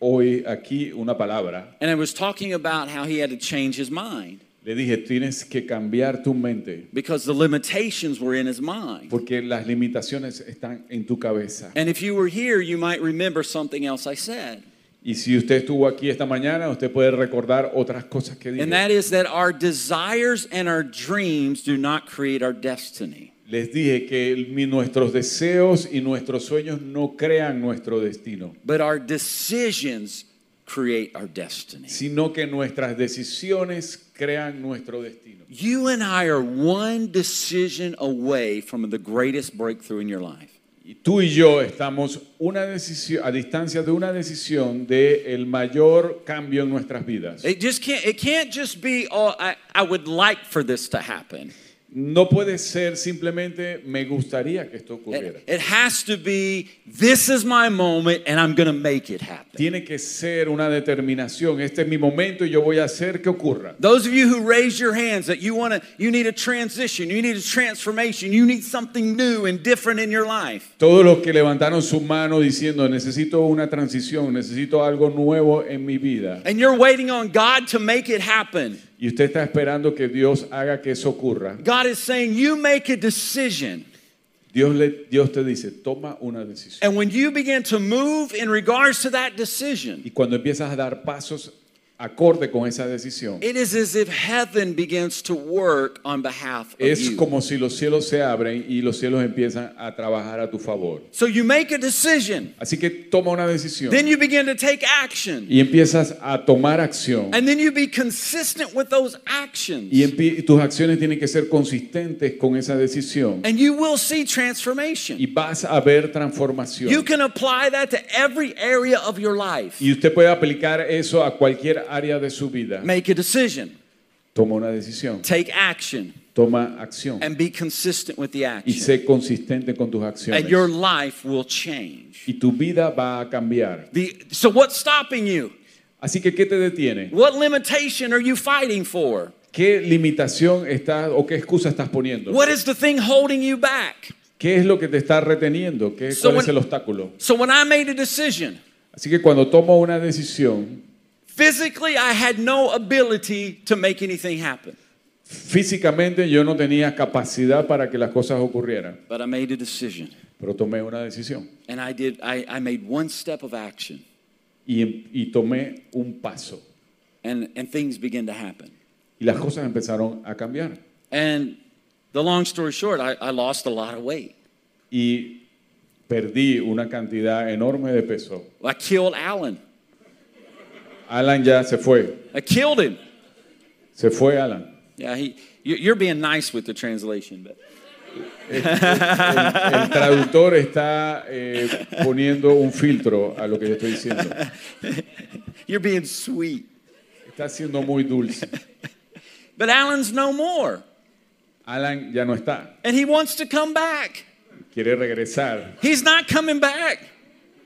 hoy aquí una palabra. And I was talking about how he had to change his mind Le dije, tienes que cambiar tu mente because the limitations were in his mind. porque las limitaciones están en tu cabeza. And if you were here, you might remember something else I said. Y si usted estuvo aquí esta mañana, usted puede recordar otras cosas que dije. And that is that our desires and our dreams do not create our destiny. Les dije que el- mi- nuestros deseos y nuestros sueños no crean nuestro destino, But our decisions create our destiny. sino que nuestras decisiones crean nuestro destino. You and I are one decision away from the greatest breakthrough in your life. Y tú y yo estamos una decisión, a distancia de una decisión de el mayor cambio en nuestras vidas. It just can't it can't just be oh I, I would like for this to happen. No puede ser simplemente me gustaría que esto ocurriera. It, it has to be, this is my moment and I'm going to make it happen. Tiene que ser una determinación. Este es mi momento y yo voy a hacer que ocurra. Those of you who raise your hands that you want to, you need a transition, you need a transformation, you need something new and different in your life. Todos los que levantaron su mano diciendo necesito una transición, necesito algo nuevo en mi vida. And you're waiting on God to make it happen. Y usted está esperando que Dios haga que eso ocurra. God is saying, you make a decision. Dios, le, Dios te dice, toma una decisión. And when you begin to move in regards to that decision, Y cuando empiezas a dar pasos acorde con esa decisión, it is as if heaven begins to work on behalf of es you. como si los cielos se abren y los cielos empiezan a trabajar a tu favor. So you make a decision, Así que toma una decisión then you begin to take action, y empiezas a tomar acción. and then you be consistent with those actions, Y empie- tus acciones tienen que ser consistentes con esa decisión. and you will see transformation. Y vas a ver You transformación. can apply that to every area of your life. Y usted puede aplicar eso a cualquier área de su vida. Make a decision, Toma una decisión, take action, toma acción and be consistent with the y action, sé consistente con tus acciones. and your life will change. Y tu vida va a cambiar. The, so what's stopping you? Así que, ¿qué te detiene? What limitation are you fighting for? ¿Qué limitación estás o qué excusa estás poniendo? What is the thing holding you back? ¿Qué es lo que te está reteniendo? ¿Qué, So ¿Cuál es when- el obstáculo? So when I made a decision, Así que cuando tomo una decisión, physically I had no ability to make anything happen, físicamente yo no tenía capacidad para que las cosas ocurrieran, but I made a decision. pero tomé una decisión And I did I, I made one step of action y, em- y tomé un paso. and, and things began to happen. Y las cosas empezaron a cambiar. And the long story short, I, I lost a lot of weight. Y perdí una cantidad enorme de peso. I killed Alan. Alan ya se fue. I killed him. Se fue Alan. Yeah, he you- you're being nice with the translation, but El traductor está eh, poniendo un filtro a lo que yo estoy diciendo. you're being sweet. Está siendo muy dulce. But Alan's no more. Alan ya no está. And he wants to come back. Quiere regresar. He's not coming back.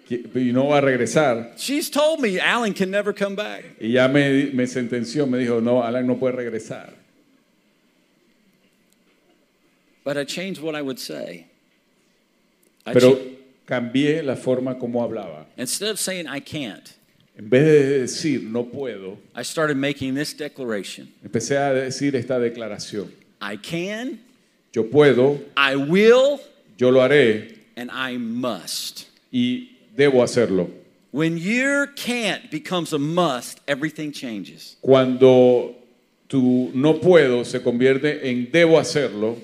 Qui- Y no va a regresar. She's told me Alan can never come back. Y ya me, di- me sentenció. Me dijo, no, Alan no puede regresar. But I changed what I would say. I Pero cha- cambié la forma como hablaba. instead of saying I can't, En vez de decir no puedo, I started making this declaration empecé a decir esta declaración. I can, Yo puedo, I will, yo lo haré and I must. y debo hacerlo. When your can't becomes a must, everything changes. Cuando tu no puedo se convierte en debo hacerlo,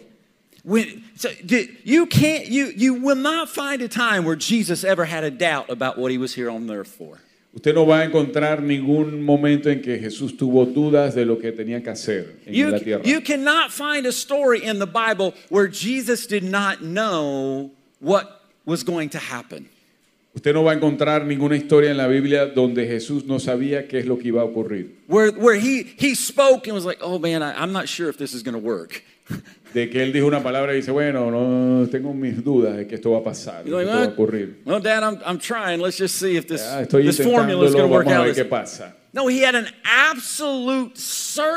When, so d- you can't, you, you will not find a time where Jesus ever had a doubt about what he was here on earth for. usted no va a encontrar ningún momento en que Jesús tuvo dudas de lo que tenía que hacer en You, la tierra. you cannot find a story in the Bible where Jesus did not know what was going to happen. usted no va a encontrar ninguna historia en la Biblia donde Jesús no sabía qué es lo que iba a ocurrir. Where, where he, he spoke and was like, oh man, I, I'm not sure if this is going to work. De que él dijo una palabra y dice, bueno, no tengo mis dudas de que esto va a pasar, de que You're esto va a like, well, ocurrir. well, Dad, I'm, I'm trying. Let's just see if this, Ah, estoy this formula is intentándolo, going to work vamos a out. ver qué This- pasa. No, he had an absolute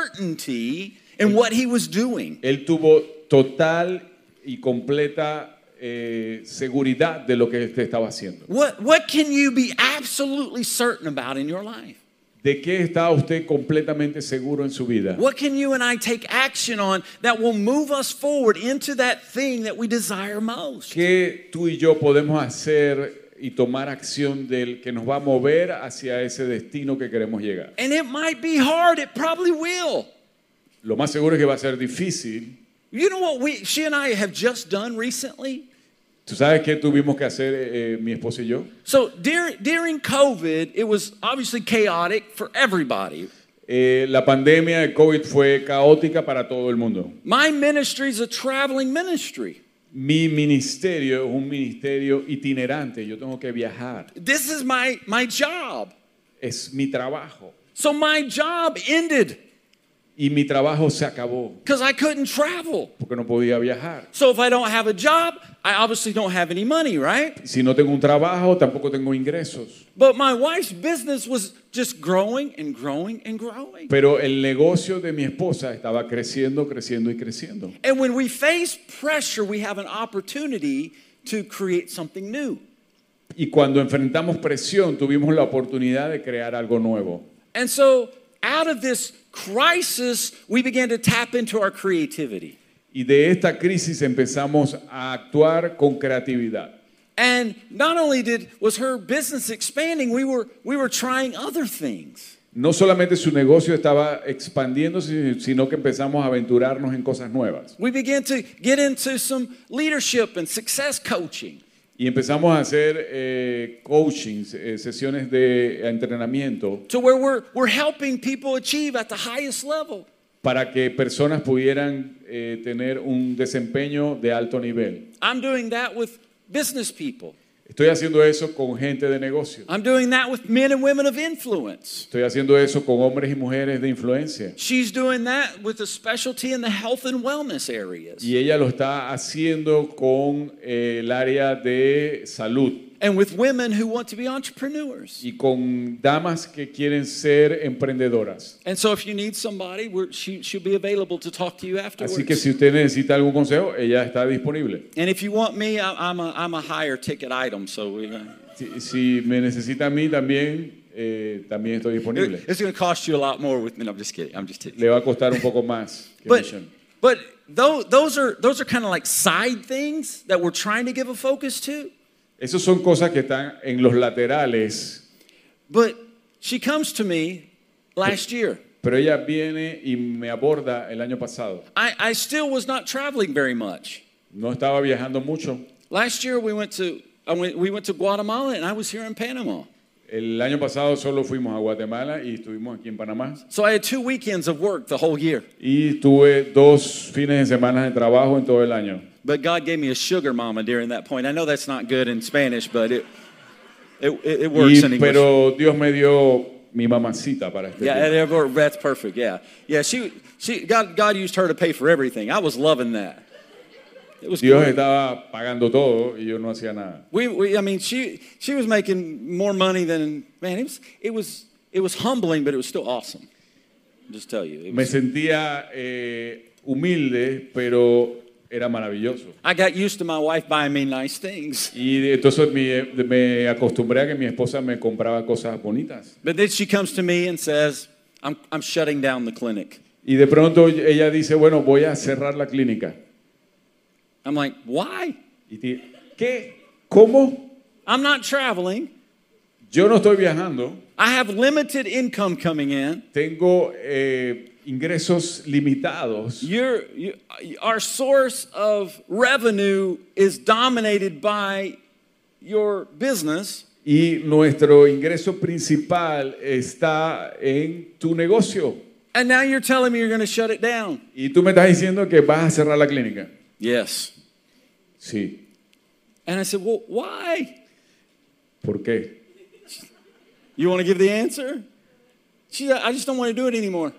certainty in what he was doing. Él tuvo total y completa eh, seguridad de lo que él estaba haciendo. What, what can you be absolutely certain about in your life? ¿De qué está usted completamente seguro en su vida? What can you and I take action on that will move us forward into that thing that we desire most? ¿Qué tú y yo podemos hacer y tomar acción del que nos va a mover hacia ese destino que queremos llegar? And it might be hard, it probably will. Lo más seguro es que va a ser difícil. You know what we she and I have just done recently? ¿Tú sabes qué tuvimos que hacer eh, eh, mi esposo y yo? So during during COVID, it was obviously chaotic for everybody. Eh, la pandemia de COVID fue caótica para todo el mundo. My ministry is a traveling ministry. Mi ministerio es un ministerio itinerante. Yo tengo que viajar. This is my my job. es mi trabajo. So my job ended. y mi trabajo se acabó because I couldn't travel. porque no podía viajar. So if I don't have a job, I obviously don't have any money, right? Si no tengo un trabajo, tampoco tengo ingresos. But my wife's business was just growing and growing and growing. Pero el negocio de mi esposa estaba creciendo, creciendo y creciendo. And when we face pressure, we have an opportunity to create something new. Y cuando enfrentamos presión, tuvimos la oportunidad de crear algo nuevo. And so out of this crisis, we began to tap into our creativity. Y de esta crisis empezamos a actuar con creatividad. And not only did was her business expanding, we were we were trying other things. No solamente su negocio estaba expandiéndose, sino que empezamos a aventurarnos en cosas nuevas. We began to get into some leadership and success coaching. Y empezamos a hacer eh, coachings, eh, sesiones de entrenamiento to where we're, we're helping people achieve at the highest level. para que personas pudieran eh, tener un desempeño de alto nivel. I'm doing that with business people. Estoy haciendo eso con gente de negocio. I'm doing that with men and women of influence. Estoy haciendo eso con hombres y mujeres de influencia. She's doing that with a specialty in the health and wellness areas Y ella lo está haciendo con eh, el área de salud and with women who want to be entrepreneurs. y con damas que quieren ser emprendedoras. And so if you need somebody, we're, she, she'll be available to talk to you afterwards. Así que si usted necesita algún consejo, ella está disponible. and if you want me, I, I'm, a, I'm a higher ticket item, so we, uh, Si, si me necesita a mí también, eh, también estoy disponible. it's going to cost you a lot more with me. No, I'm just kidding. I'm just kidding. Le va a costar un poco más. que But Mission. but those, those are those are kind of like side things that we're trying to give a focus to. Esas son cosas que están en los laterales, But she comes to me last year. pero ella viene y me aborda el año pasado. I, I still was not traveling very much. No estaba viajando mucho. Last year we went to I went, we went to Guatemala and I was here in Panama. El año pasado solo fuimos a Guatemala y estuvimos aquí en Panamá. So I had two weekends of work the whole year. Y tuve dos fines de semana de trabajo en todo el año. But God gave me a sugar mama during that point. I know that's not good in Spanish, but it it, it, it works in Y- English. pero Dios me dio mi mamacita para este yeah, tiempo. it worked. that's perfect. Yeah, yeah. She, she, God, God used her to pay for everything. I was loving that. It was Dios great. estaba pagando todo y yo no hacía nada. We, we, I mean, she she was making more money than man. It was it was it was humbling, but it was still awesome. I'll just tell you, it Me was, sentía eh, humilde, pero era maravilloso. I got used to my wife buying me nice things, Y de- entonces mi- me acostumbré a que mi esposa me compraba cosas bonitas. but then she comes to me and says, "I'm I'm shutting down the clinic." Y de pronto ella dice, bueno, voy a cerrar la clínica. I'm like, "Why? Y ti- ¿qué? ¿Cómo? I'm not traveling. Yo no estoy viajando. I have limited income coming in. Tengo eh, ingresos limitados. Your, you, our source of revenue is dominated by your business. Y nuestro ingreso principal está en tu negocio. And now you're telling me you're going to shut it down. Y tú me estás diciendo que vas a cerrar la clínica. Yes. Sí. And I said, Well, why? ¿Por qué? You want to give the answer? She said, I just don't want to do it anymore.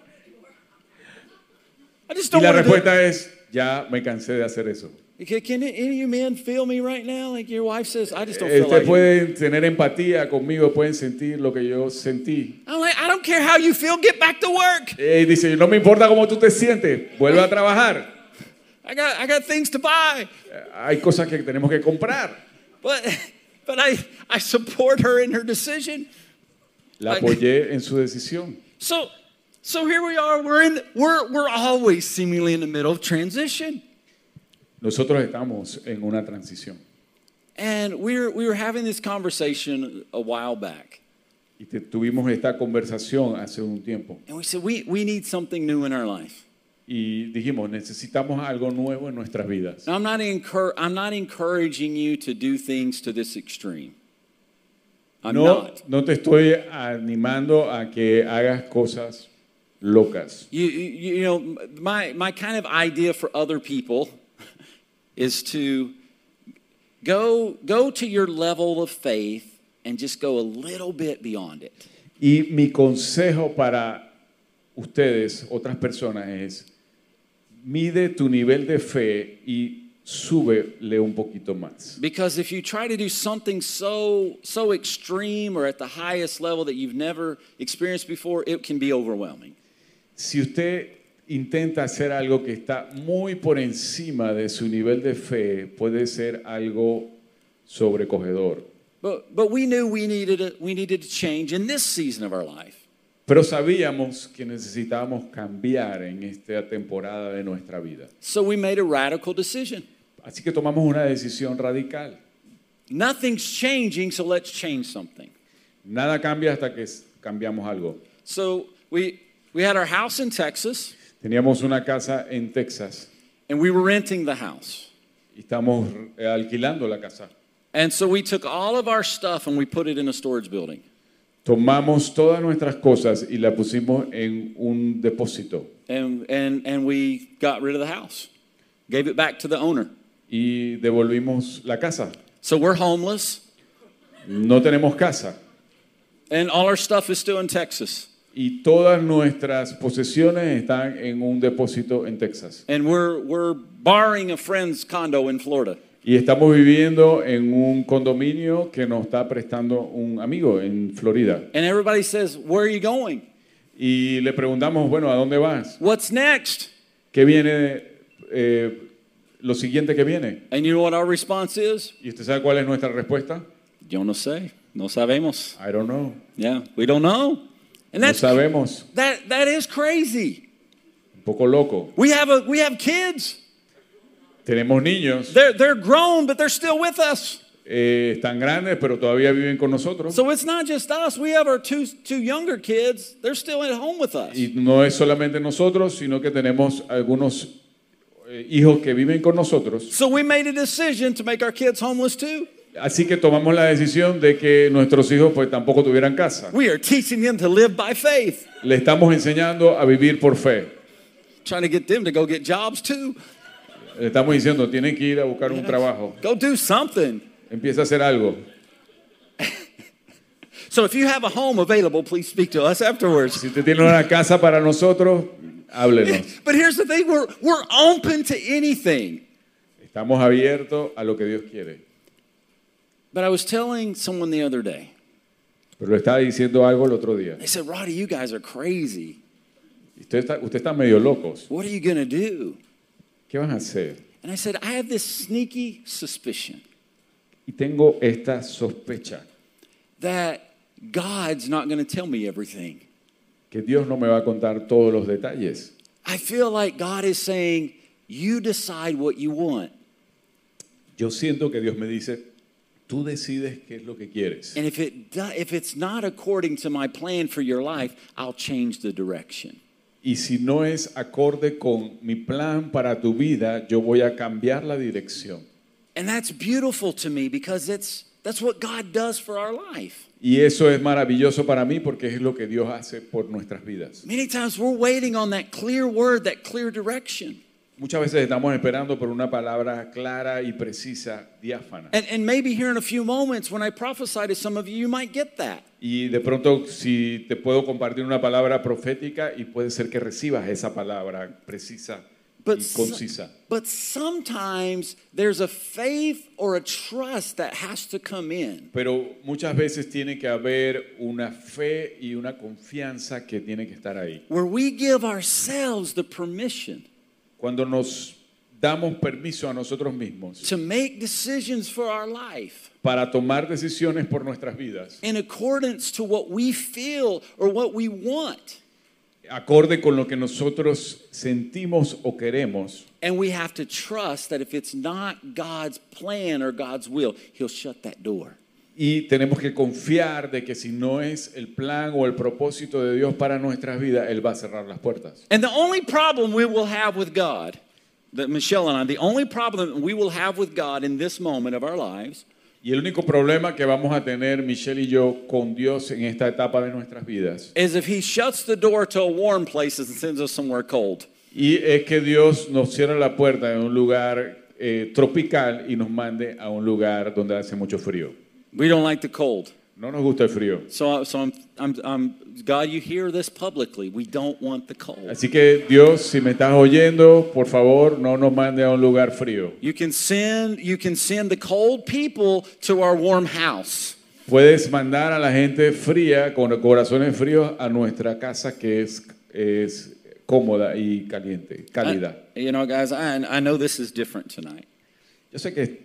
I just Y don't la want to do it. respuesta es, ya me cansé de hacer eso. Okay, Can any of you men feel me right now? Like your wife says, I just don't Eh, feel like Ustedes it." pueden tener empatía conmigo, pueden sentir lo que yo sentí. I'm like, I don't care how you feel. Get back to work. Eh, dice, no me importa cómo tú te sientes, vuelve a trabajar. I got, I got things to buy. Eh, Hay cosas que tenemos que comprar. But, but I, I support her in her decision. La apoyé en su decisión. So, so here we are. We're, in, we're, we're always seemingly in the middle of transition. Nosotros estamos en una transición. And we were, we were having this conversation a while back. Y te- tuvimos esta conversación hace un tiempo. And we said, we, we need something new in our life. Y dijimos, necesitamos algo nuevo en nuestras vidas. Now, I'm not, encour- I'm not encouraging you to do things to this extreme. I'm No, not. no te estoy animando a que hagas cosas locas. You, you, you know, my, my kind of idea for other people is to go, go to your level of faith and just go a little bit beyond it. Y mi consejo para ustedes, otras personas, es mide tu nivel de fe y súbele un poquito más. Because if you try to do something so so extreme or at the highest level that you've never experienced before, it can be overwhelming. Si usted intenta hacer algo que está muy por encima de su nivel de fe, puede ser algo sobrecogedor. But but we knew we needed a, we needed to change in this season of our life. Pero sabíamos que necesitábamos cambiar en esta temporada de nuestra vida. So we made a radical decision. Así que tomamos una decisión radical. Nothing's changing, so let's change something. Nada cambia hasta que s- cambiamos algo. So we we had our house in Texas Teníamos una casa en Texas and we were renting the house. y estamos eh, alquilando la casa. And so we took all of our stuff and we put it in a storage building. Tomamos todas nuestras cosas y la pusimos en un depósito And and and we got rid of the house. Gave it back to the owner. y devolvimos la casa. So we're homeless No tenemos casa and all our stuff is still in Texas. y todas nuestras posesiones están en un depósito en Texas. And we're we're borrowing a friend's condo in Florida. Y estamos viviendo en un condominio que nos está prestando un amigo en Florida. And everybody says, "Where are you going? Y le preguntamos, bueno, ¿a dónde vas? What's next?" ¿Qué viene? eh, lo siguiente que viene. And you know what our response is? ¿Y usted sabe cuál es nuestra respuesta? Yo no sé. No sabemos. I don't know. Yeah, we don't know. And No that's sabemos. that that is crazy. Un poco loco. We have a we have kids. Tenemos niños, They're they're grown, but they're still with us. eh, están grandes, pero todavía viven con nosotros. So it's not just us. We have our two two younger kids. They're still at home with us. Y no es solamente nosotros, sino que tenemos algunos eh, hijos que viven con nosotros. So we made a decision to make our kids homeless too. Así que tomamos la decisión de que nuestros hijos pues tampoco tuvieran casa. We are teaching them to live by faith, Le estamos enseñando a vivir por fe. trying to get them to go get jobs too. Le estamos diciendo, tienen que ir a buscar un trabajo. Go do something. Empieza a hacer algo. So if you have a home available, please speak to us afterwards. Si usted tiene una casa para nosotros, háblenos. But here's the thing, we're we're open to anything. Estamos abiertos a lo que Dios quiere. But I was telling someone the other day, Pero le estaba diciendo algo el otro día. they said, Roddy, you guys are crazy. Usted está, usted está medio locos. What are you going to do? ¿Qué van a hacer? And I said, I have this sneaky suspicion Y tengo esta sospecha that God's not going to tell me everything. que Dios no me va a contar todos los detalles. I feel like God is saying, You decide what you want. Yo siento que Dios me dice, tú decides qué es lo que quieres. And if, it do, if it's not according to my plan for your life, I'll change the direction. Y si no es acorde con mi plan para tu vida, yo voy a cambiar la dirección. And that's beautiful to me because it's, that's what God does for our life. Y eso es maravilloso para mí porque es lo que Dios hace por nuestras vidas. Many times we're waiting on that clear word, that clear direction. Muchas veces estamos esperando por una palabra clara y precisa, diáfana. And, and maybe here in a few moments, when I prophesy to some of you, you might get that. Y de pronto, si te puedo compartir una palabra profética y puede ser que recibas esa palabra precisa But, y Pues, so- concisa. but sometimes there's a faith or a trust that has to come in. Pero muchas veces tiene que haber una fe y una confianza que tiene que estar ahí. where we give ourselves the permission Cuando nos damos permiso a nosotros mismos to make decisions for our life para tomar decisiones por nuestras vidas, in accordance to what we feel or what we want. acorde con lo que nosotros sentimos o queremos, And we have to trust that if it's not God's plan or God's will, He'll shut that door. Y tenemos que confiar de que si no es el plan o el propósito de Dios para nuestras vidas, Él va a cerrar las puertas. And the only problem we will have with God, that Michelle and I, the only problem we will have with God in this moment of our lives Y el único problema que vamos a tener Michelle y yo con Dios en esta etapa de nuestras vidas is if He shuts the door to a warm place and sends us somewhere cold. y es que Dios nos cierra la puerta en un lugar eh, tropical y nos mande a un lugar donde hace mucho frío. We don't like the cold. No nos gusta el frío. So, I- so I'm, I'm, I'm, God, you hear this publicly. We don't want the cold. Así que Dios, si me estás oyendo, por favor, no nos mande a un lugar frío. You can send, you can send the cold people to our warm house. Puedes mandar a la gente fría, con corazones fríos, a nuestra casa que es, es cómoda y caliente, cálida. I- Uh, you know, guys, I, I know this is different tonight. Yo sé que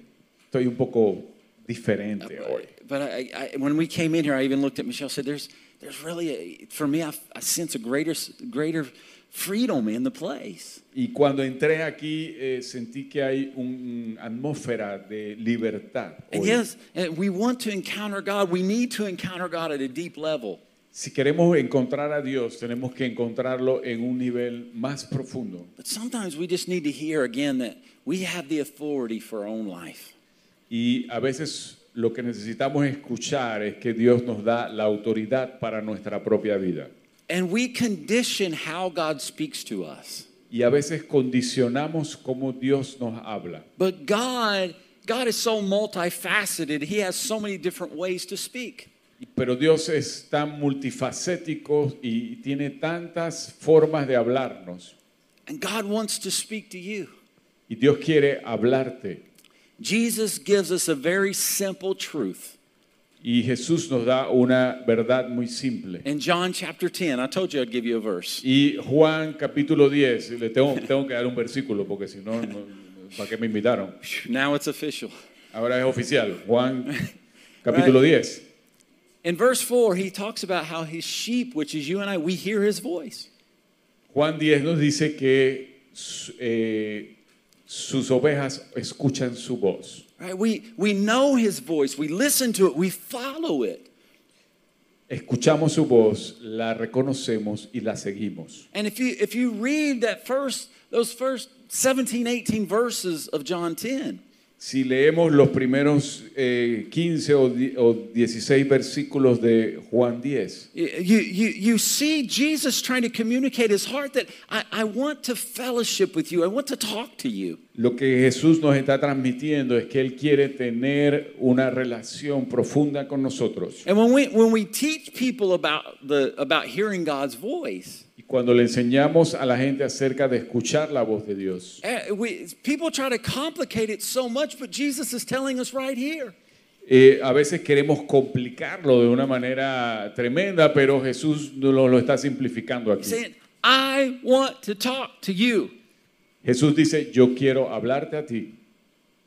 estoy un poco diferente ah, hoy. But I, I, when we came in here, I even looked at Michelle. Said, "There's, there's really, a, for me, I, I sense a greater, greater freedom in the place." Y cuando entré aquí eh, sentí que hay una atmósfera de libertad. And hoy. yes, and we want to encounter God. We need to encounter God at a deep level. Si queremos encontrar a Dios, tenemos que encontrarlo en un nivel más profundo. But sometimes we just need to hear again that we have the authority for our own life. Y a veces lo que necesitamos escuchar es que Dios nos da la autoridad para nuestra propia vida. And we condition how God speaks to us. Y a veces condicionamos cómo Dios nos habla. But God, God is so multifaceted. He has so many different ways to speak. Pero Dios es tan multifacético y tiene tantas formas de hablarnos. And God wants to speak to you. Y Dios quiere hablarte. Jesus gives us a very simple truth. Y Jesús nos da una verdad muy simple. In John chapter 10, I told you I'd give you a verse. Y Juan capítulo 10, le tengo, tengo que dar un versículo porque si no, no, ¿para qué me invitaron? Now it's official. Ahora es oficial, Juan capítulo 10. In verse 4, he talks about how his sheep, which is you and I, we hear his voice. Juan 10 nos dice que su- eh, sus ovejas escuchan su voz. Right? We, we know his voice. We listen to it. We follow it. Escuchamos su voz, la reconocemos y la seguimos. And if you, if you read that first, those first 17, 18 verses of John 10, Si leemos los primeros eh, 15 o, di- o 16 versículos de Juan 10, you, you, you see Jesus trying to communicate his heart that I, I want to fellowship with you. I want to talk to you. Lo que Jesús nos está transmitiendo es que Él quiere tener una relación profunda con nosotros. And when we, when we teach people about, the, about hearing God's voice, Y cuando le enseñamos a la gente acerca de escuchar la voz de Dios, eh, we, people try to complicate it so much, but Jesus is telling us right here. eh, a veces queremos complicarlo de una manera tremenda, pero Jesús nos lo, lo está simplificando He's aquí. saying, I want to talk to you, Jesús dice, yo quiero hablarte a ti.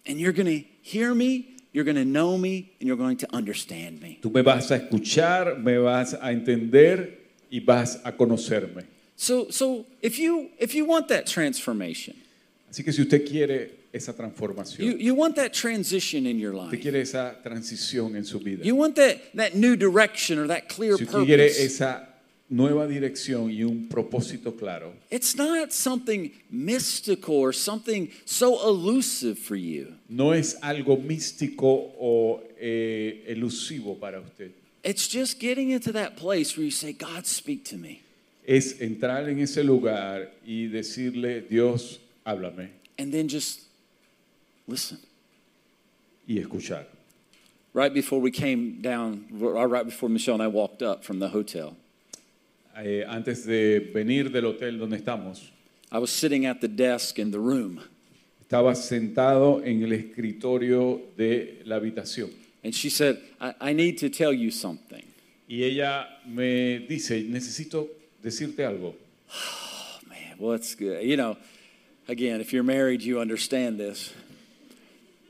and you're going to hear me, you're going to know me, and you're going to understand me. Tú me vas a escuchar, me vas a entender y vas a conocerme. So, so if, you, if you want that transformation, Así que si usted quiere esa you, transformación, you want that transition in your life, usted quiere esa transición en su vida. you want that, that new direction or that clear Si usted quiere purpose, esa nueva dirección y un propósito claro, it's not something mystical or something so elusive for you. no es algo místico o eh, elusivo para usted. It's just getting into that place where you say, God, speak to me. Es entrar en ese lugar y decirle, Dios, háblame And then just listen. y escuchar. Right before we came down, or right before Michelle and I walked up from the hotel, Eh, antes de venir del hotel donde estamos, I was sitting at the desk in the room. estaba sentado en el escritorio de la habitación And she said, I, I need to tell you something. y ella me dice, necesito decirte algo. Oh, man, well, it's good. You know, again, if you're married, you understand this.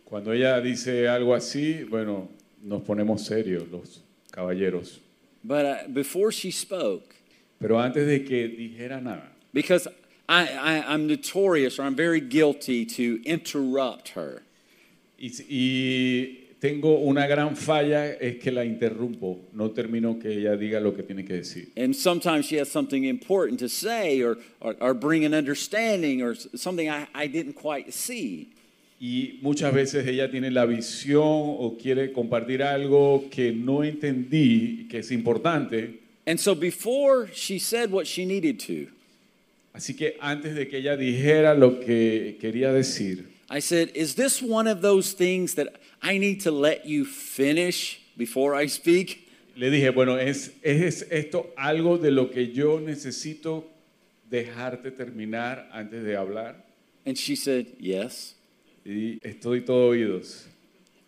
Cuando ella dice algo así, bueno, nos ponemos serios los caballeros. But uh, before she spoke, Pero antes de que dijera nada, because I, I, I'm notorious or I'm very guilty to interrupt her. y, y tengo una gran falla, es que la interrumpo, no termino que ella diga lo que tiene que decir. And sometimes she has something important to say or, or, or bring an understanding or s- something I, I didn't quite see. Y muchas veces ella tiene la visión o quiere compartir algo que no entendí, que es importante. And so before she said what she needed to, Así que antes de que ella dijera lo que quería decir, I said, Is this one of those things that I need to let you finish before I speak? Le dije, bueno, ¿es, ¿es esto algo de lo que yo necesito dejarte terminar antes de hablar? And she said, Yes. Y estoy todo oídos.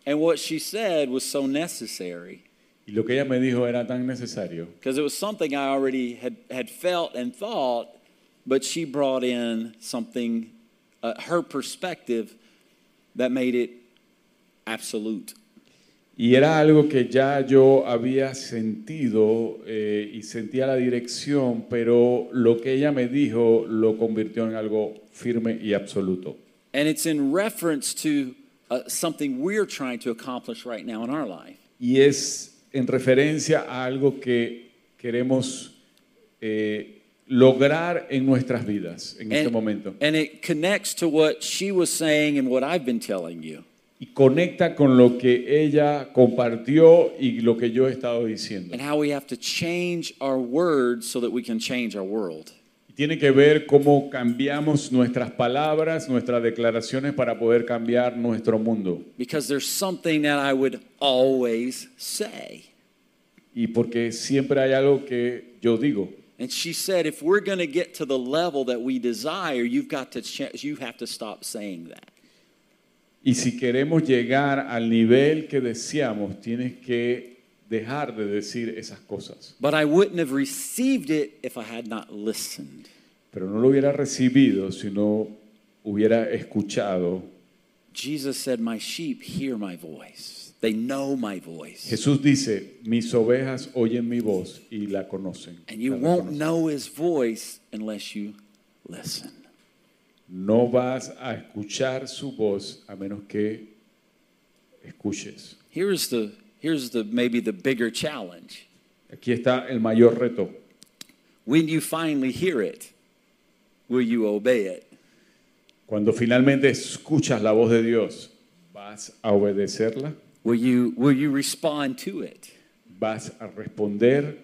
And what she said was so necessary Y lo que ella me dijo era tan necesario, because it was something I already had, had felt and thought, but she brought in something, uh, her perspective, that made it absolute. Y era algo que ya yo había sentido eh, y sentía la dirección, pero lo que ella me dijo lo convirtió en algo firme y absoluto. And it's in reference to uh, something we're trying to accomplish right now in our life. Y es en referencia a algo que queremos eh, lograr en nuestras vidas en Eh, este momento. and it connects to what she was saying and what I've been telling you. Y conecta con lo que ella compartió y lo que yo he estado diciendo. and how we have to change our words so that we can change our world. Tiene que ver cómo cambiamos nuestras palabras, nuestras declaraciones para poder cambiar nuestro mundo. Because there's something that I would always say. Y porque siempre hay algo que yo digo. And she said, if we're going to get to the level that we desire, you've got to cha- you have to stop saying that. Y si queremos llegar al nivel que deseamos, tienes que dejar de decir esas cosas. But I wouldn't have received it if I had not listened. Pero no lo hubiera recibido si no hubiera escuchado. Jesus said, "My sheep hear my voice. They know my voice." Jesús dice, mis ovejas oyen mi voz y la conocen. and you La won't reconocen. know his voice unless you listen. No vas a escuchar su voz a menos que escuches. Here's the here's the maybe the bigger challenge. Aquí está el mayor reto. When you finally hear it, will you obey it? Cuando finalmente escuchas la voz de Dios, ¿vas a obedecerla? Will you, will you respond to it? vas a responder.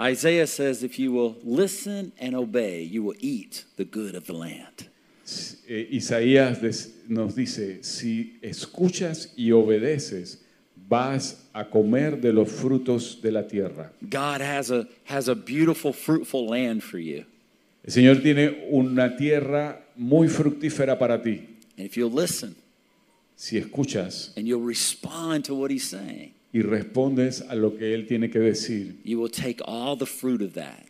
Isaiah says, if you will listen and obey, you will eat the good of the land. Eh, Isaías des- nos dice, si escuchas y obedeces, vas a comer de los frutos de la tierra. God has a, has a beautiful, fruitful land for you. El Señor tiene una tierra muy fructífera para ti. And if you'll listen Si escuchas and you'll respond to what he's saying, y respondes a lo que Él tiene que decir, you will take all the fruit of that.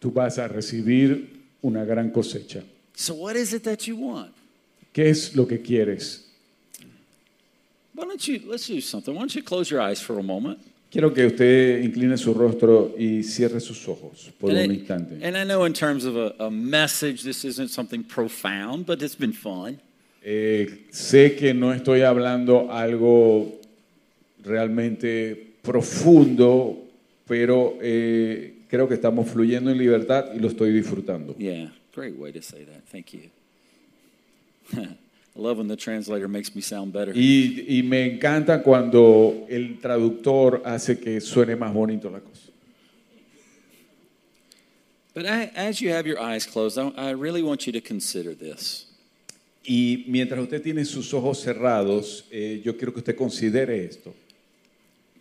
tú vas a recibir una gran cosecha. So, what is it that you want? ¿Qué es lo que quieres? Why don't you, let's do something. Why don't you close your eyes for a moment? Quiero que usted incline su rostro y cierre sus ojos por and, un I- instante. and I know in terms of a, a message, this isn't something profound, but it's been fun. Eh, sé que no estoy hablando algo realmente profundo, pero eh, creo que estamos fluyendo en libertad y lo estoy disfrutando. Yeah, great way to say that. Thank you. I love when the translator makes me sound better. Y, y me encanta cuando el traductor hace que suene más bonito la cosa. But I, as you have your eyes closed, I, I really want you to consider this. Y mientras usted tiene sus ojos cerrados, eh, yo quiero que usted considere esto.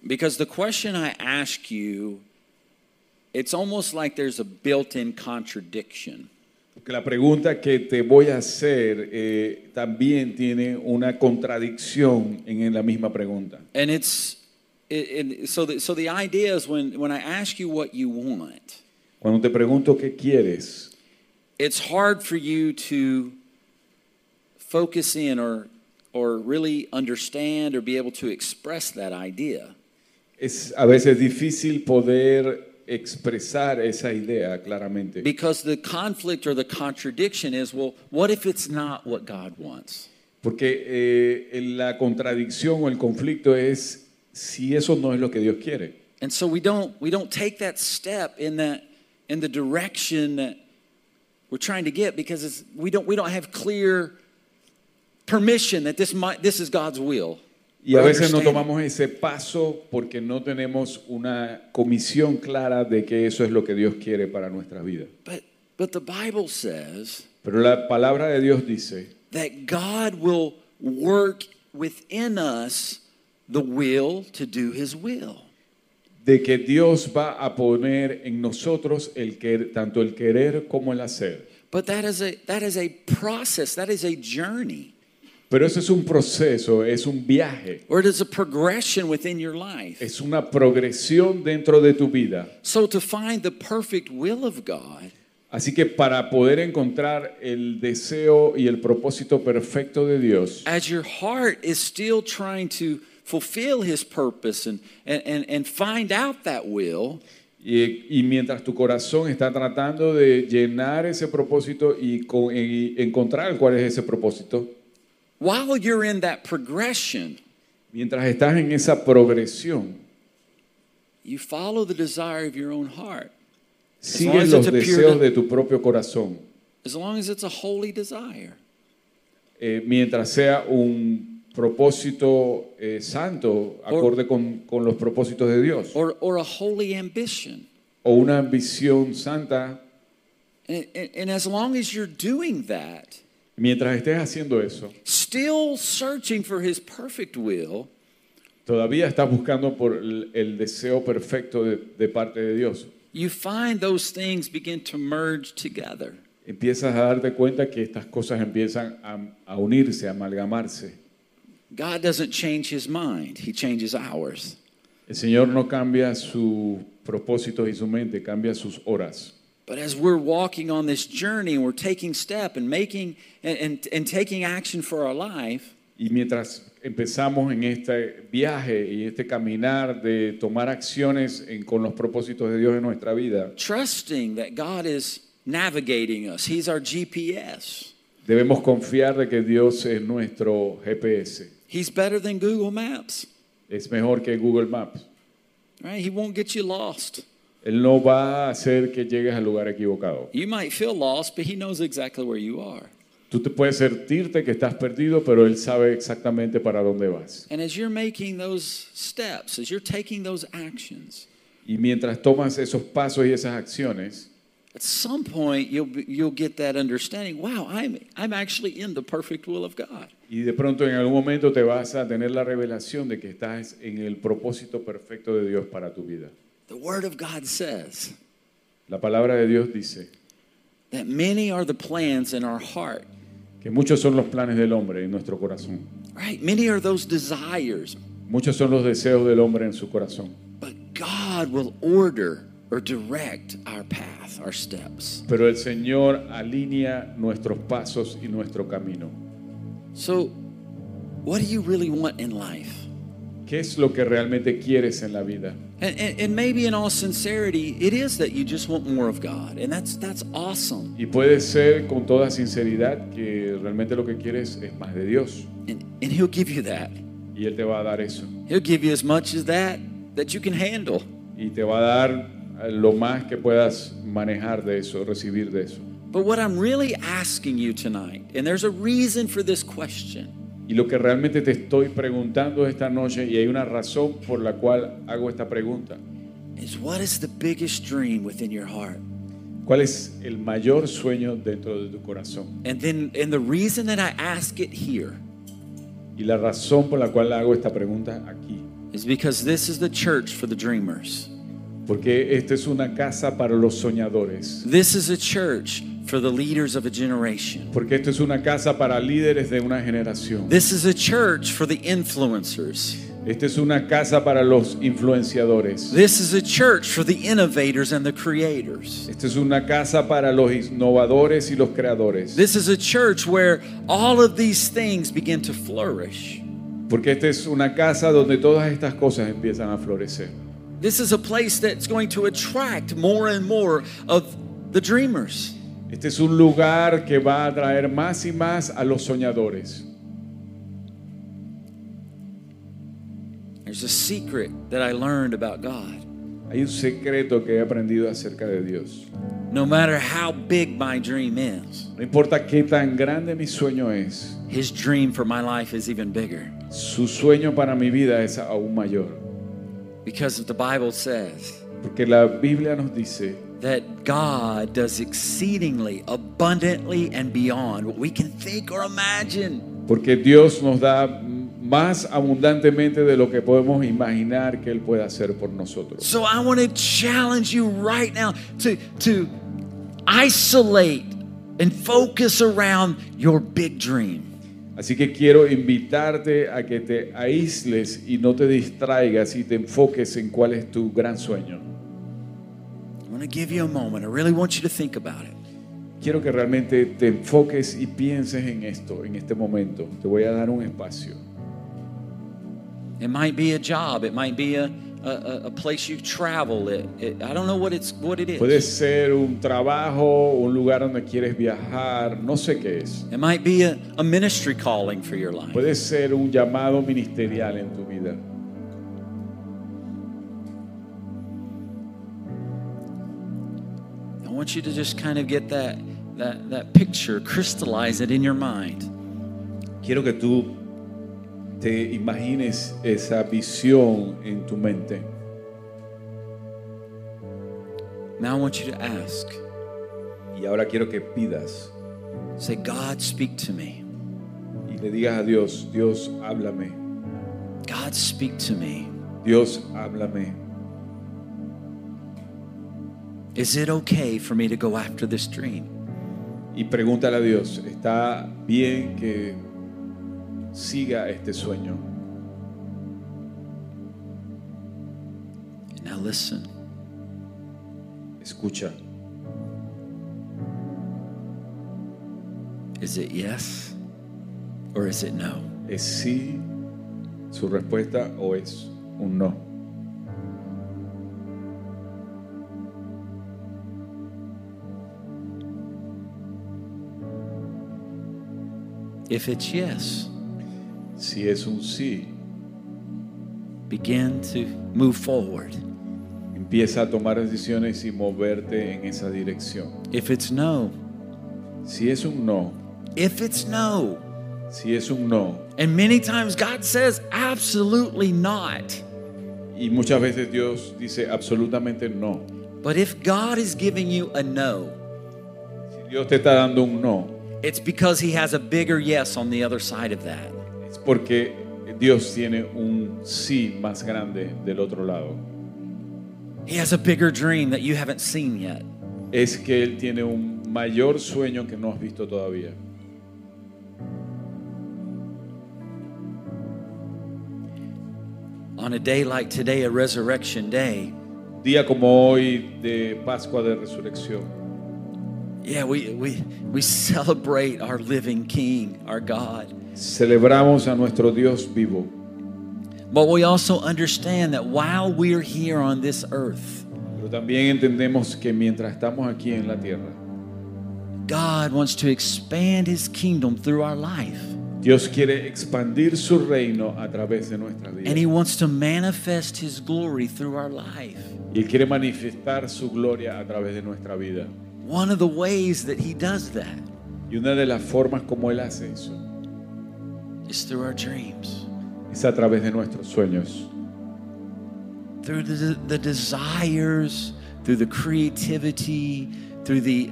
Because the question I ask you, it's almost like there's a built in contradiction. Porque la pregunta que te voy a hacer eh, también tiene una contradicción en- en la misma pregunta. And it's it, it, so, the, so the idea is when, when I ask you what you want, Cuando te pregunto qué quieres, it's hard for you to focus in or or really understand or be able to express that idea es a veces difícil poder expresar esa idea claramente. because the conflict or the contradiction is well what if it's not what god wants Porque eh, en la contradicción o el conflicto es si eso no es lo que Dios quiere. and so we don't we don't take that step in that in the direction that we're trying to get because it's, we don't we don't have clear permission that this might this is god's will Y a Or veces no understanding. tomamos ese paso porque no tenemos una comisión clara de que eso es lo que Dios quiere para nuestras vidas. but but the bible says Pero la palabra de Dios dice that God will work within us the will to do his will. de que Dios va a poner en nosotros el quer- tanto el querer como el hacer. But that is a that is a process, that is a journey, Pero eso es un proceso, es un viaje, or it is a progression within your life. es una progresión dentro de tu vida. So to find the perfect will of God, Así que para poder encontrar el deseo y el propósito perfecto de Dios, as your heart is still trying to fulfill his purpose and and, and, and find out that will, y, y mientras tu corazón está tratando de llenar ese propósito y, co- y encontrar cuál es ese propósito, while you're in that progression, mientras estás en esa progresión, you follow the desire of your own heart. long as sigues it's los a pure deseos de- de tu propio corazón, As long as it's a holy desire. eh, mientras sea un propósito eh, santo, acorde con, con los propósitos de Dios, or, or a holy ambition. o una ambición santa, And, and, and as long as you're doing that, mientras estés haciendo eso, still searching for his perfect will, todavía estás buscando por el, el deseo perfecto de, de parte de Dios. you find those things begin to merge together. Empiezas a darte cuenta que estas cosas empiezan a, a unirse, a amalgamarse. God doesn't change his mind, he changes ours. El Señor no cambia sus propósitos y su mente, cambia sus horas. But as we're walking on this journey and we're taking step and making and, and, and taking action for our life, Y mientras empezamos en este viaje y este caminar de tomar acciones en- con los propósitos de Dios en nuestra vida, trusting that God is navigating us, he's our GPS. debemos confiar de que Dios es nuestro GPS. He's better than Google Maps, Es mejor que Google Maps. right? He won't get you lost. Él no va a hacer que llegues al lugar equivocado. You might feel lost, but he knows exactly where you are. Tú te puedes sentirte que estás perdido, pero Él sabe exactamente para dónde vas. And as you're making those steps, as you're taking those actions, Y mientras tomas esos pasos y esas acciones, at some point you'll be, you'll get that understanding. Wow, I'm I'm actually in the perfect will of God. y de pronto en algún momento te vas a tener la revelación de que estás en el propósito perfecto de Dios para tu vida. The Word of God says La palabra de Dios dice that many are the plans in our heart, que muchos son los planes del hombre en nuestro corazón, right? Many are those desires, muchos son los deseos del hombre en su corazón, but God will order or direct our path, our steps. pero el Señor alinea nuestros pasos y nuestro camino. So, what do you really want in life? ¿Qué es lo que realmente quieres en la vida? And, and, and maybe in all sincerity, it is that you just want more of God, and that's that's awesome. Y puede ser con toda sinceridad que realmente lo que quieres es más de Dios And, and He'll give you that. y Él te va a dar eso He'll give you as much as that that you can handle. y te va a dar eh, lo más que puedas manejar de eso, recibir de eso. But what I'm really asking you tonight, and there's a reason for this question, Y lo que realmente te estoy preguntando esta noche, y hay una razón por la cual hago esta pregunta, is what is the biggest dream within your heart? ¿Cuál es el mayor sueño dentro de tu corazón? And then, and the reason that I ask it here Y la razón por la cual hago esta pregunta aquí, is because this is the church for the dreamers. porque esta es una casa para los soñadores, This is a church for the leaders of a generation. porque esto es una casa para líderes de una generación, This is a church for the influencers. esta es una casa para los influenciadores, This is a church for the innovators and the creators. esta es una casa para los innovadores y los creadores, This is a church where all of these things begin to flourish. porque esta es una casa donde todas estas cosas empiezan a florecer. This is a place that's going to attract more and more of the dreamers. Este es un lugar que va a atraer más y más a los soñadores. There's a secret that I learned about God. Hay un secreto que he aprendido acerca de Dios. No matter how big my dream is, No importa qué tan grande mi sueño es, His dream for my life is even bigger su sueño para mi vida es aún mayor. because the Bible says Porque la Biblia nos dice that God does exceedingly abundantly and beyond what we can think or imagine. Porque Dios nos da m- más abundantemente de lo que podemos imaginar que Él puede hacer por nosotros. So I want to challenge you right now to, to isolate and focus around your big dream. Así que quiero invitarte a que te aísles y no te distraigas y te enfoques en cuál es tu gran sueño. I want to give you a moment. I really want you to think about it. Quiero que realmente te enfoques y pienses en esto, en este momento. Te voy a dar un espacio. It might be a job. It might be a, a- a, a place you travel. It, it- I don't know what it's what it is. Puede ser un trabajo, un lugar donde quieres viajar, no sé qué es. It might be a, a ministry calling for your life. Puede ser un llamado ministerial en tu vida. I want you to just kind of get that that that picture, crystallize it in your mind. Quiero que tú te imagines esa visión en tu mente. Now I want you to ask. Y ahora quiero que pidas Say, God, speak to me. y le digas a Dios, Dios, háblame. God, speak to me. Dios, háblame. Is it okay for me to go after this dream? Y pregúntale a Dios, ¿está bien que siga este sueño? Now listen. Escucha. Is it yes or is it no? ¿Es sí su respuesta o es un no? If it's yes, Si es un sí, begin to move forward. empieza a tomar decisiones y moverte en esa dirección. If it's no, Si es un no, if it's no, si es un no, and many times God says, absolutely not. y muchas veces Dios dice absolutamente no. But if God is giving you a no, Si Dios te está dando un no, it's because He has a bigger yes on the other side of that. es porque Dios tiene un sí más grande del otro lado. He has a bigger dream that you haven't seen yet. Es que Él tiene un mayor sueño que no has visto todavía. On a day like today, a resurrection day, Día como hoy de Pascua de Resurrección. yeah, we, we, we celebrate our living King, our God. Celebramos a nuestro Dios vivo, But we also understand that while we're here on this earth, pero también entendemos que mientras estamos aquí en la tierra, God wants to expand His kingdom through our life. Dios quiere expandir su reino a través de nuestra vida. And He wants to manifest His glory through our life. Y Él quiere manifestar su gloria a través de nuestra vida. One of the ways that He does that Y una de las formas como Él hace eso is through our dreams, es a través de nuestros sueños, through the, the desires, through the creativity, through the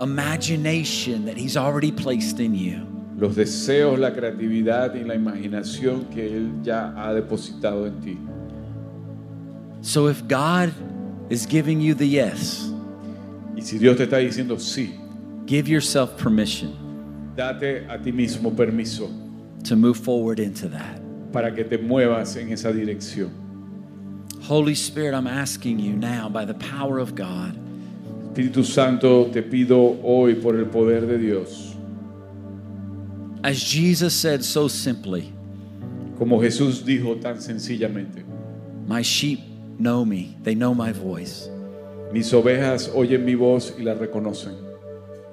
imagination that He's already placed in you. los deseos, la creatividad y la imaginación que Él ya ha depositado en ti. So if God is giving you the yes, Y si Dios te está diciendo sí, give yourself permission date a ti mismo permiso to move forward into that. para que te muevas en esa dirección. Holy Spirit, I'm asking you now by the power of God, Espíritu Santo, te pido hoy por el poder de Dios, as Jesus said so simply, como Jesús dijo tan sencillamente, My sheep know me, they know my voice. mis ovejas oyen mi voz y la reconocen.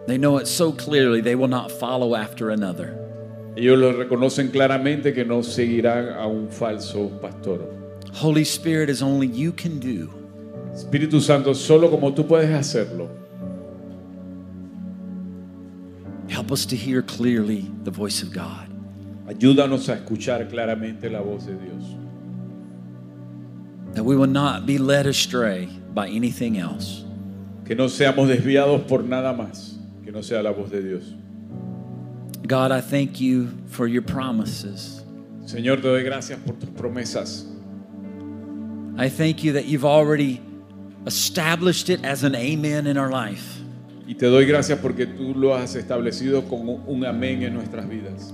They know it so clearly they will not follow after another. Ellos lo reconocen claramente que no seguirán a un falso pastor. Holy Spirit is only you can do. Espíritu Santo, solo como tú puedes hacerlo, Help us to hear clearly the voice of God. ayúdanos a escuchar claramente la voz de Dios. That we will not be led astray by anything else. Que no seamos desviados por nada más que no sea la voz de Dios. God, I thank you for your promises. Señor, te doy gracias por tus promesas. I thank you that you've already established it as an amen in our life. Y te doy gracias porque tú lo has establecido con un amén en nuestras vidas.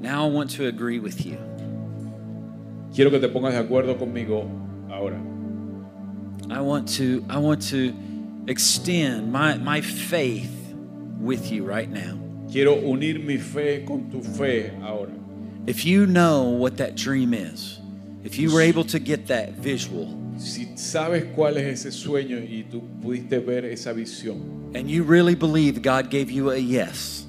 Now I want to agree with you. Quiero que te pongas de acuerdo conmigo ahora. I want to I want to extend my, my faith with you right now. Quiero unir mi fe con tu fe ahora. If you know what that dream is, if you were able to get that visual, Si sabes cuál es ese sueño y tú pudiste ver esa visión and you really believe God gave you a yes,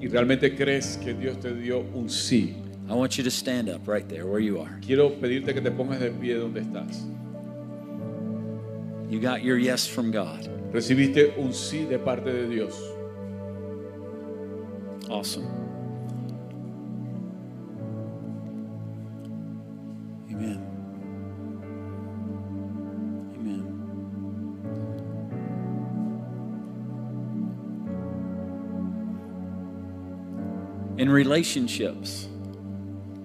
y realmente crees que Dios te dio un sí, I want you to stand up right there where you are. quiero pedirte que te pongas de pie donde estás. You got your yes from God. Recibiste un sí de parte de Dios. Awesome. Amen. Amen. In relationships,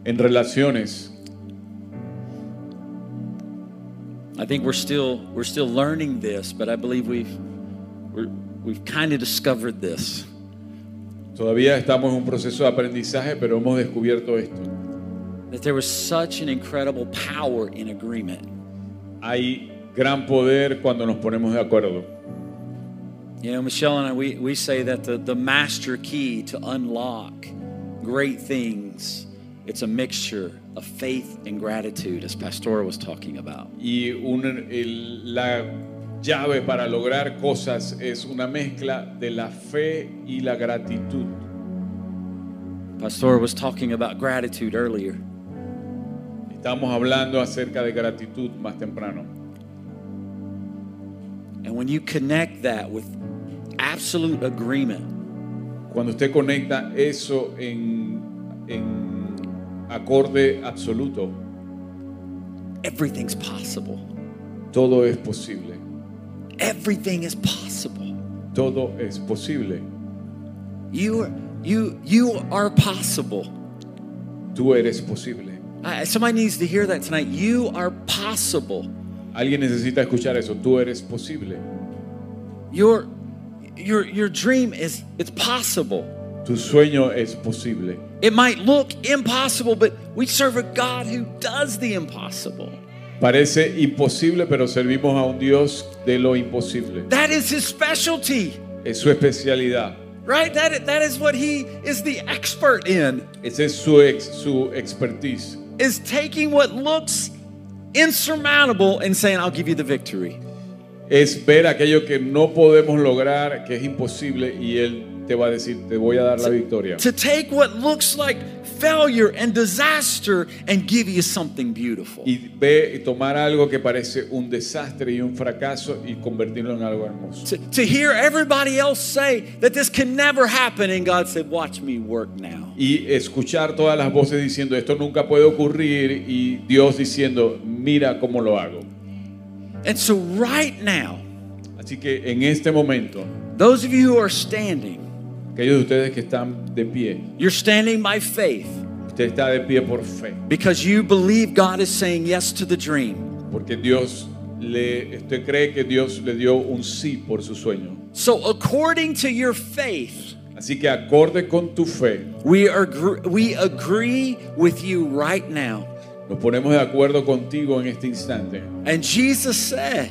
En relaciones, I think we're still we're still learning this, but I believe we've we're, we've kind of discovered this. todavía estamos en un proceso de aprendizaje, pero hemos descubierto esto. That there was such an incredible power in agreement. Hay gran poder cuando nos ponemos de acuerdo. You know, Michelle and I, we, we say that the, the master key to unlock great things, it's a mixture of faith and gratitude, as Pastora was talking about. Y un- el- la llave para lograr cosas es una mezcla de la fe y la gratitud. Pastora was talking about gratitude earlier. Estamos hablando acerca de gratitud más temprano. And when you connect that with absolute agreement, Cuando usted conecta eso en, en acorde absoluto, everything's possible. todo es posible. Everything is possible. Todo es posible. You, you, you are possible. Tú eres posible. I, somebody needs to hear that tonight. You are possible. Alguien necesita escuchar eso. Tú eres posible. Your your your dream is it's possible. Tu sueño es posible. It might look impossible, but we serve a God who does the impossible. Parece imposible, pero servimos a un Dios de lo imposible. That is his specialty, Es su especialidad. right? That that is what he is the expert in. Esa es su, ex- su expertise. Is taking what looks insurmountable and saying, "I'll give you the victory." Es ver aquello que no podemos lograr, que es imposible, y Él te va a decir, te voy a dar la victoria. To take what looks like failure and disaster and give you something beautiful. Y ve y tomar algo que parece un desastre y un fracaso y convertirlo en algo hermoso. To, to hear everybody else say that this can never happen, and God said, Watch me work now. Y escuchar todas las voces diciendo, esto nunca puede ocurrir, y Dios diciendo, mira cómo lo hago. And so, right now, Así que en este momento, those of you who are standing, aquellos de ustedes que están de pie, you're standing by faith usted está de pie por fe, because you believe God is saying yes to the dream. porque Dios le, usted cree que Dios le dio un sí por su sueño. So, according to your faith, Así que acorde con tu fe, we, are, gr- we agree with you right now. nos ponemos de acuerdo contigo en este instante. And Jesus said,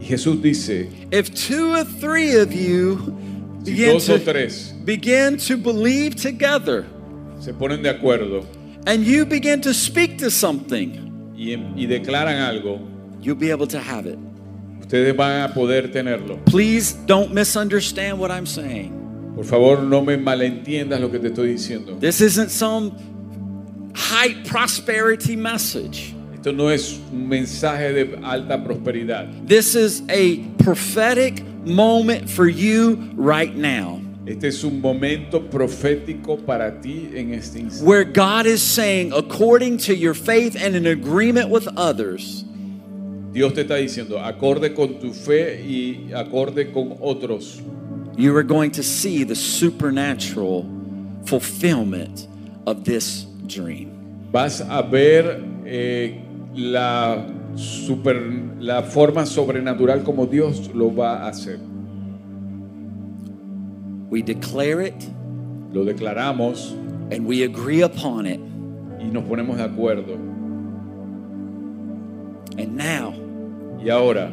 Y Jesús dice, If two or three of you si begin dos o to, tres begin to believe together, se ponen de acuerdo and you begin to speak to something, y, y declaran algo, you'll be able to have it. ustedes van a poder tenerlo. Please don't misunderstand what I'm saying. Por favor, no me malentiendas lo que te estoy diciendo. This isn't some high prosperity message. Esto no es un mensaje de alta prosperidad. This is a prophetic moment for you right now Este es un momento profético para ti en este instante. where God is saying, according to your faith and in agreement with others, Dios te está diciendo, acorde con tu fe y acorde con otros. you are going to see the supernatural fulfillment of this dream. Vas a ver eh, la, super, la forma sobrenatural como Dios lo va a hacer. We declare it Lo declaramos and we agree upon it. y nos ponemos de acuerdo. And now Y ahora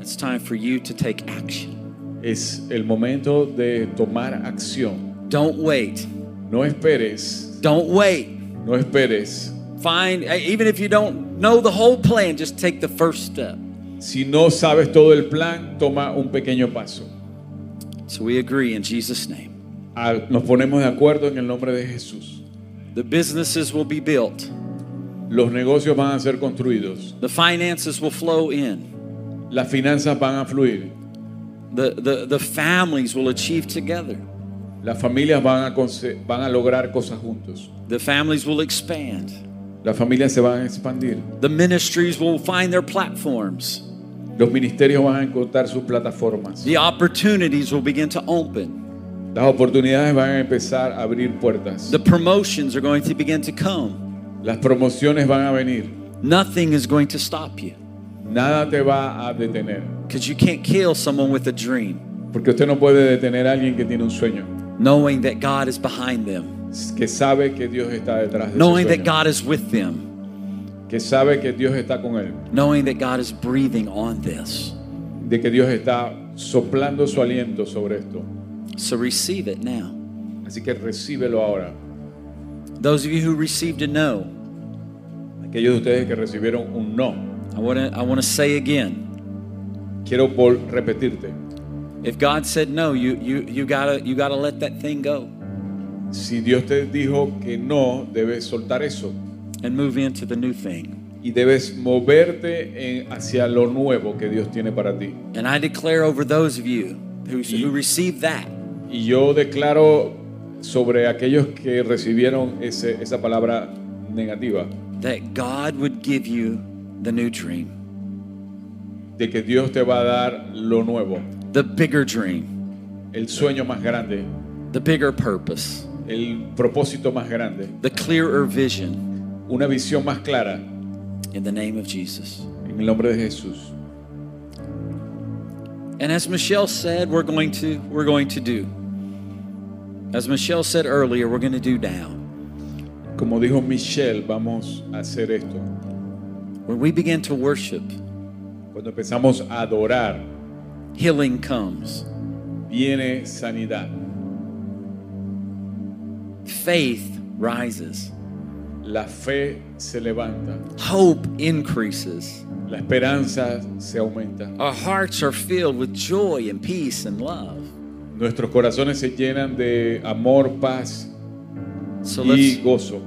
it's time for you to take action. es el momento de tomar acción. Don't wait. No esperes, Don't wait. no esperes. Find, even if you don't know the whole plan, just take the first step. Si no sabes todo el plan, toma un pequeño paso. So we agree in Jesus' name. Ah, Nos ponemos de acuerdo en el nombre de Jesús. The businesses will be built, Los negocios van a ser construidos. the finances will flow in, Las finanzas van a fluir. the, the, the families will achieve together, Las familias van a, conse- van a lograr cosas juntos. the families will expand, Las familias se van a expandir. the ministries will find their platforms, Los ministerios van a encontrar sus plataformas. the opportunities will begin to open, Las oportunidades van a empezar a abrir puertas. the promotions are going to begin to come. Las promociones van a venir. Nothing is going to stop you Nada te va a detener. because you can't kill someone with a dream Porque usted no puede detener a alguien que tiene un sueño. knowing that God is behind them, Que sabe que Dios está detrás de su knowing that sueño. God is with them, Que sabe que Dios está con él. knowing that God is breathing on this. De que Dios está soplando su aliento sobre esto. So receive it now. Así que recíbelo ahora. Those of you who received a no, Aquellos de ustedes que recibieron un no. I want to I want to say again. Quiero vol- repetirte. If God said no, you you you got to you got to let that thing go Si Dios te dijo que no, debes soltar eso. and move into the new thing. Y debes moverte en- hacia lo nuevo que Dios tiene para ti. And I declare over those of you who who received that Y yo declaro sobre aquellos que recibieron ese- esa palabra negativa, that God would give you the new dream, de que Dios te va a dar lo nuevo, the bigger dream, el sueño más grande, the bigger purpose, el propósito más grande, the clearer vision una visión más clara in the name of Jesus. en el nombre de Jesús. And as Michelle said, we're going to we're going to do. As Michelle said earlier, we're going to do now. Como dijo Michelle, vamos a hacer esto. When we begin to worship, Cuando empezamos a adorar, healing comes. viene sanidad, Faith rises. la fe se levanta, Hope increases. la esperanza se aumenta, Our hearts are filled with joy and peace and love. nuestros corazones se llenan de amor, paz So y let's gozo.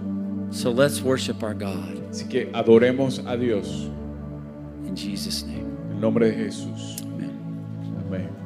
so let's worship our God Así que adoremos a Dios in Jesus' name. en el nombre de Jesús. Amen. Amén.